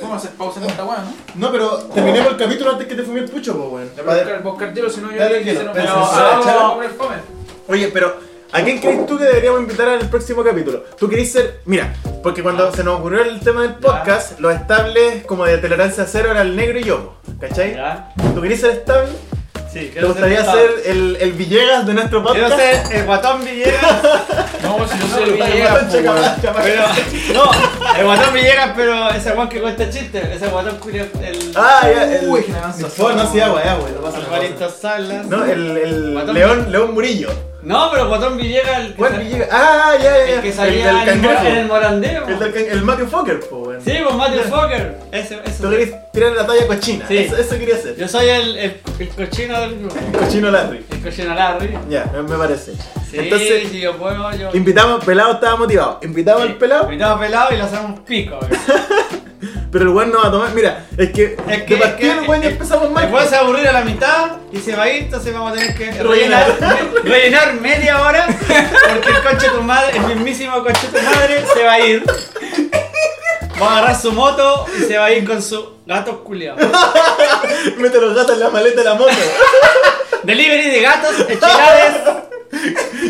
B: Vamos a hacer pausa en esta weá, ¿no?
A: No, pero terminemos el capítulo antes que te fume el pucho, po, weón.
B: Voy a buscar- voy a buscar hielo, si no yo
A: Dale,
B: creo que
A: hielo,
B: se nos-
A: pero-
B: Pero vamos
A: ah, chao.
B: a poner fome.
A: Oye, pero ¿a quién crees tú que deberíamos invitar al próximo capítulo? Tú querés ser. Mira, porque cuando
B: Ah.
A: se nos ocurrió el tema del podcast, los estables como de tolerancia cero era el negro y yo, po, ¿cachai?
C: Ya.
A: ¿Tú querés ser estable?
C: Sí,
A: ¿Te
C: quiero
A: gustaría
C: pesado.
A: ser el, el Villegas de nuestro
C: Quiero
A: podcast?
C: ser el guatón Villegas,
B: No, si yo soy
C: No,
B: el
C: no,
B: Villegas, po, weón.
C: pero. No, el guatón Villegas, pero ese guan que cuenta chistes. Ese guatón curio. El.
A: Ah, ya, el.
B: Uy, que me avanzó.
A: No, no, sí, agua, ya, güey, no pasa nada, pasa
C: Alvarito
A: nada.
C: Salas.
A: No, el, el
C: Guatón.
A: León, León Murillo.
C: No, pero Guatón Villegas, el que,
A: ¿Cuál
C: sa-
A: Villegas? Ah, ya, ya, ya.
C: el que salía
A: del
C: en, el mor- en el
A: cangrejo.
C: morandeo.
A: El, del can- el Matthew Fokker, po, weón.
C: Sí, pues Matthew Fokker. Ese,
A: Tú
C: ese.
A: querés tirar la talla cochina.
C: Sí.
A: Eso, eso quería hacer.
C: Yo soy el, el, el cochino del grupo.
A: Cochino Larry.
C: El cochino Larry.
A: Ya, me- me parece.
C: Sí,
A: Entonces,
C: si yo puedo, yo.
A: invitamos, pelado estaba motivado. Invitamos al pelado,
C: Invitamos pelado y lo hacemos pico. güey.
A: pero el weón no va a tomar. Mira, es que,
C: Es que-
A: de partida
C: es que-
A: el weón ya
C: es-
A: empezamos mal.
C: Después se va a aburrir a la mitad y se va a ir, entonces vamos a tener que
A: Rellenar.
C: rellenar, me- rellenar media hora porque el coche de tu madre, el mismísimo coche de tu madre, se va a ir. Va a agarrar su moto y se va a ir con su gato culiados.
A: Mete los gatos en la maleta de la moto.
C: Delivery de gatos,
A: Ah,
C: enchiladas,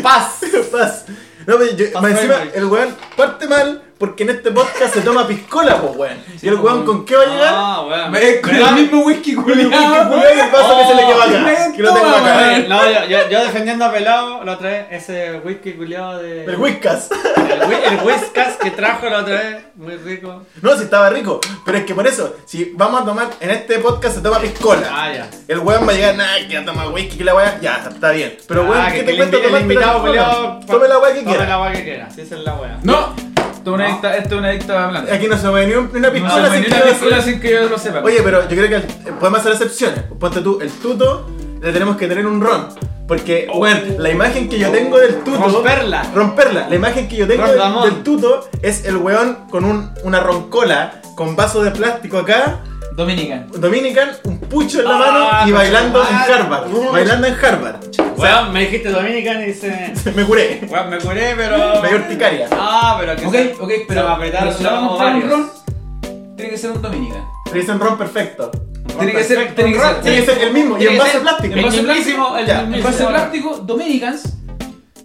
C: paz.
A: Paz. No, pero yo,
C: Paz
A: más encima,
C: Freiburg.
A: el weón parte mal porque en este podcast se toma piscola, pues weón. Y el weón, ¿con qué va a llegar?
C: Ah, weón.
B: Me- Con el mismo whisky
A: Ah,
B: culiado.
A: weón, el vaso que se le quedó
B: Oh,
A: acá. Que lo tengo
B: toma,
A: acá. Eh.
B: weón.
C: No, yo, yo, yo defendiendo a Pelado la otra vez, ese whisky culiado de.
A: El Whiskas.
C: El, whi- el whiskas que trajo la otra vez, muy rico.
A: No, si estaba rico. Pero es que por eso, si vamos a tomar, en este podcast se toma piscola.
C: Ah, ya.
A: El weón va a llegar, nada, que ya toma whisky, que la weá. Ya, está bien. Pero
C: Ah,
A: weón,
C: que-
A: ¿qué
C: que
A: te
C: el
A: cuesta
C: invi- el
A: tomar
C: invitado, culiao,
A: Tome la weá que
C: Tome
A: quiera.
C: la agua que quiera, si esa es la wea.
B: No, esto es una adicta- esto es una adicta hablando.
A: Aquí no se mueve ni un- ni una
B: No se
A: pistola
B: me
A: sin
B: dio
A: que
B: una
A: lo-
B: piscola sin que yo lo sepa.
A: Oye, pero yo creo que eh, podemos hacer excepciones. Ponte tú, el tuto, le tenemos que tener un ron. Porque, weón, la imagen que yo tengo del tuto.
C: Romperla.
A: Romperla. La imagen que yo tengo del,
C: Rondamón.
A: del tuto es el weón con un- una roncola, con vaso de plástico acá.
B: Dominican.
A: Dominican, un pucho en la
C: Ah,
A: mano y
C: concha
A: bailando
C: madre.
A: en Harvard.
C: Uh.
A: Bailando en Harvard.
C: Weón, me dijiste Dominican y dice.
A: Me curé.
C: Weón, me curé, pero.
A: Me dio urticaria.
C: Ah, pero que
B: Ok,
C: se-
B: ok,
C: se
B: pero,
C: me apretaron
B: pero si vamos a
C: los
B: mostrar un ron,
C: ovarios.
B: tiene que ser un Dominican.
A: Te dicen ron perfecto.
B: Tiene que ser, tiene que
A: ron,
B: ser,
A: tiene que ser el mismo, y
B: tiene
A: en
B: que
A: base
B: ser
A: plástico.
B: En base
C: El
B: plástico,
C: mismísimo, el
A: Ya, en
B: en
C: mismísimo. Ah,
B: base plástico, Dominicans,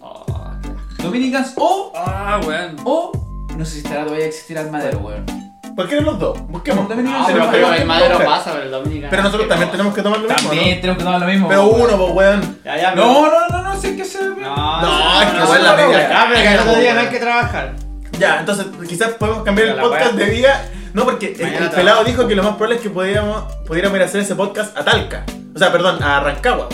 C: Oh,
B: Dominicans o,
C: Ah, weón.
B: o, no sé si estará todavía existirá el madero, weón.
A: Cualquiera de los dos. Busquemos.
B: Dominicans
C: Ah,
B: se
C: pero,
B: lo
C: pero
B: pegó.
C: el madero pasa, pero el dominicano.
A: Pero nosotros también tenemos que tomar lo mismo, ¿no?
B: También tenemos que tomar lo mismo.
A: Pero
B: weón.
A: uno, pues, weón.
C: Ya, ya, pero-
B: No, no, no, no, sé qué se
C: No,
A: No, es que
C: no,
A: igual la
C: no,
A: media
C: weón.
A: acá, pero
C: Es que el otro
A: no,
C: día no
A: weón.
C: hay que trabajar.
A: Ya, entonces quizás podemos cambiar el
C: Pero la
A: podcast
C: weá.
A: de día. No, porque el- el,
C: Mañana
A: pelado
C: trabajo.
A: dijo que lo más probable es que pudiéramos, pudiéramos ir a hacer ese podcast a Talca. O sea, perdón, a Rancagua.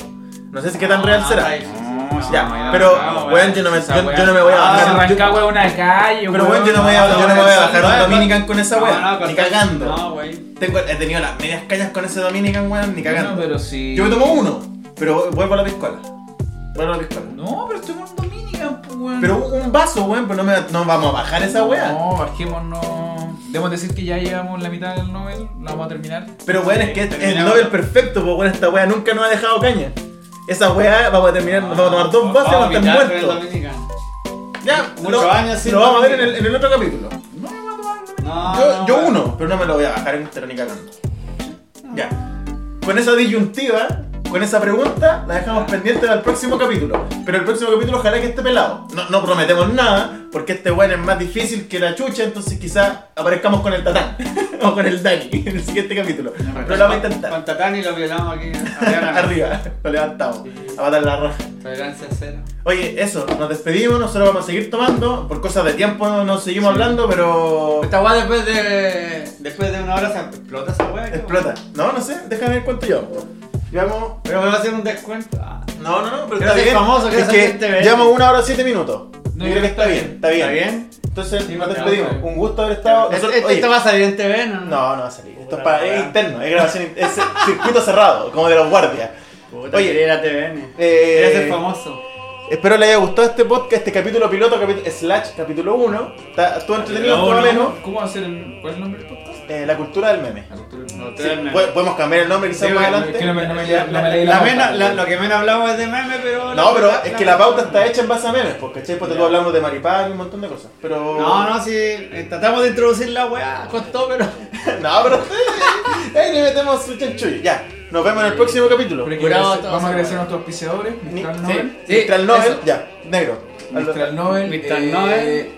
A: No sé si qué tan real
C: Ah,
A: será.
C: ahí, sí, sí.
B: sí,
A: Ya,
B: mañana
A: pero,
B: trabajo,
A: weón, yo no me,
B: esa
A: yo-
B: weá.
A: yo no me voy a
C: Ah,
A: bajar.
B: Ah,
A: yo-
B: arranca, weón, una calle,
A: pero, weón, yo no, voy a, yo no me voy a bajar un Dominican con esa
C: No,
A: weá.
C: no,
A: ni
C: con-
A: cagando.
C: No, wey.
A: Tengo- he tenido las medias callas con ese Dominican, weón, ni
B: No,
A: cagando.
B: pero si...
A: Yo me tomo uno, pero vuelvo a la piscola. Vuelvo a la piscola.
B: No, pero estoy con un Dominican, pues, weón.
A: Pero un vaso, weón, pero no, me, no vamos a bajar esa weá.
B: No, bajémonos. Debemos decir que ya llevamos la mitad del Nobel, la vamos a terminar.
A: Pero weón, es que es el
C: Terminado.
A: Nobel perfecto, porque weón, esta weá nunca nos ha dejado caña. Esa weá vamos a terminar, nos vamos a tomar
E: Ah,
A: dos vasos y vamos a estar
C: Vomitar con el
A: muertos.
C: dominicano.
A: Ya,
E: Muchos
A: lo-
E: años sin Ah,
A: Lo vamos a ver en
E: Dominican.
A: el, en el otro capítulo.
C: No,
A: yo
C: no,
A: yo
C: weón.
A: uno, pero no me lo voy a bajar en pero ni cagando. Ya. Con esa disyuntiva, con esa pregunta, la dejamos pendiente al próximo capítulo. Pero el próximo capítulo ojalá que esté pelado. No, no prometemos nada, porque este weón es más difícil que la chucha, entonces quizás aparezcamos con el tatán o con el Dani en el siguiente capítulo.
B: pero
A: Pero lo vamos a intentar.
C: Con Tatán y lo violamos aquí.
A: Arriba, lo levantamos. A matar la raja.
C: Tolerancia cero.
A: Oye, eso, nos despedimos, nosotros vamos a seguir tomando. Por cosas de tiempo no- nos seguimos hablando, pero.
C: Esta weá después de. Después de una hora se explota esa weá. ¿qué
A: Explota. No, no sé, déjame ver cuánto llevamos. Llevamos.
C: Pero me va a hacer un descuento. Ah,
A: No, no, no, pero
C: Quiero
A: está
C: ser
A: bien.
C: famoso, quiero
A: es
C: ser
A: que
C: gente verde.
A: llevamos una hora siete minutos.
B: No,
A: yo creo que está bien, está bien. pues, Entonces,
C: Sí,
A: nos
C: porque
A: despedimos.
C: vamos a ver.
A: Un gusto haber estado.
C: Este-
A: nosotros-
C: este-
A: oye,
C: Esto va a salir en TV, ¿no?
A: No, no va a salir. Esto es,
C: Puta
A: para,
C: la
A: es
C: weá.
A: interno, es grabación, in- es circuito cerrado, como de los guardias.
C: Puta,
A: Oye,
C: Oye, era TVN.
A: eh,
C: Quería ser famoso.
A: Espero les haya gustado este podcast, este capítulo piloto, capi- slash capítulo 1. Está todo entretenido, todo menos.
B: ¿Cómo va a ser el, cuál es el nombre del podcast?
A: la cultura del meme.
B: La cultura del-
C: No,
A: Sí,
C: TVN.
A: po- podemos cambiar el nombre quizás
B: Sí,
A: más
B: bueno,
A: adelante.
B: que no me- no me-
A: La-
B: no me
A: la-
B: leí
C: La
B: pauta.
C: menos- la- lo que menos hablamos es de meme, pero.
A: No, pero es
C: la-
A: que la pauta está hecha en base a memes, porque ¿cachai? Porque tú hablamos de maripán y un montón de cosas. Pero.
C: No, no, si eh, tratamos de introducir la weá, costó, pero.
A: no, pero ustedes. Ahí le metemos su chanchullo. Ya. Nos vemos en el próximo capítulo.
B: Pero hay que
C: Curado
B: agradecer-
C: todo,
B: vamos a
C: sí.
B: agradecer a nuestros auspiciadores,
A: Ni-
B: Mistral
A: sí,
B: Nobel.
C: sí,
A: Mistral Nobel,
C: eso.
A: ya, negro.
B: Mistral Nobel.
C: Mistral
B: eh,
C: Nobel.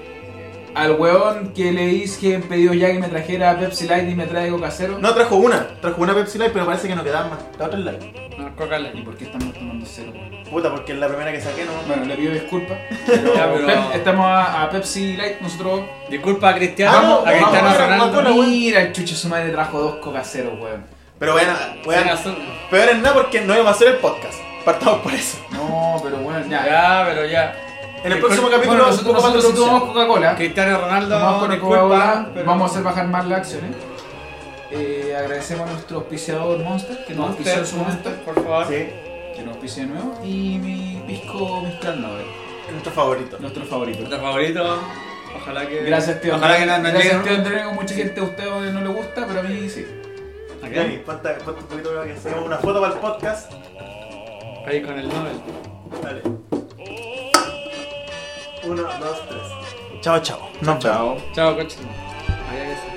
B: Al weón que le dije que pedido ya que me trajera Pepsi Light y me trae Coca Cero.
A: No, trajo una, trajo una Pepsi Light, pero parece que no quedaban más. La otra es Light.
C: No, cócala.
B: ¿Y por qué estamos tomando cero? weón?
A: Puta, porque es la primera que saqué, no.
B: Bueno, le pido disculpas.
C: Ya, pero-
B: Pep- Estamos a, a Pepsi Light, nosotros.
C: Disculpa a Cristiano,
A: Ah, no,
C: a Cristiano
A: vamos,
C: Ronaldo.
A: vamos, vamos. Hola, weón.
B: Mira, el chucho su madre trajo dos Coca Cero, weón.
A: Pero bueno,
C: Sin
A: bueno
C: azul.
A: peor es nada porque no íbamos a hacer el podcast. Partamos por eso.
B: No, pero bueno, ya.
C: Ya, pero ya.
A: En el próximo capítulo,
B: Bueno,
A: un
B: nosotros,
A: poco más de
B: nosotros sí
A: producción.
B: tomamos Coca-Cola.
C: Cristiano Ronaldo,
B: Tomamos con
C: disculpa.
B: Coca-Cola.
C: pero-
B: Vamos a hacer bajar más las acciones. Eh, agradecemos a nuestro auspiciador Monster, que nos
C: No,
B: auspició en su momento,
C: Monster, por favor.
A: Sí,
B: que nos auspició de nuevo. Y mi pisco Mistral Nobel,
A: es nuestro favorito.
B: nuestro favorito.
C: Nuestro favorito. Ojalá que.
B: Gracias, tío.
C: Ojalá que no, no
B: Gracias,
C: lleguen-
B: tío Andrés. Mucha gente a usted no le gusta, pero a mí sí.
C: ¿A qué?
A: Dani, ¿cuánta- ¿cuánto poquito creo que hacemos una foto para el podcast?
C: Ahí con el Nobel.
A: Dale. Uno, dos, tres. Chao, chao. Nos vemos.
C: Chao, coche. Adiós.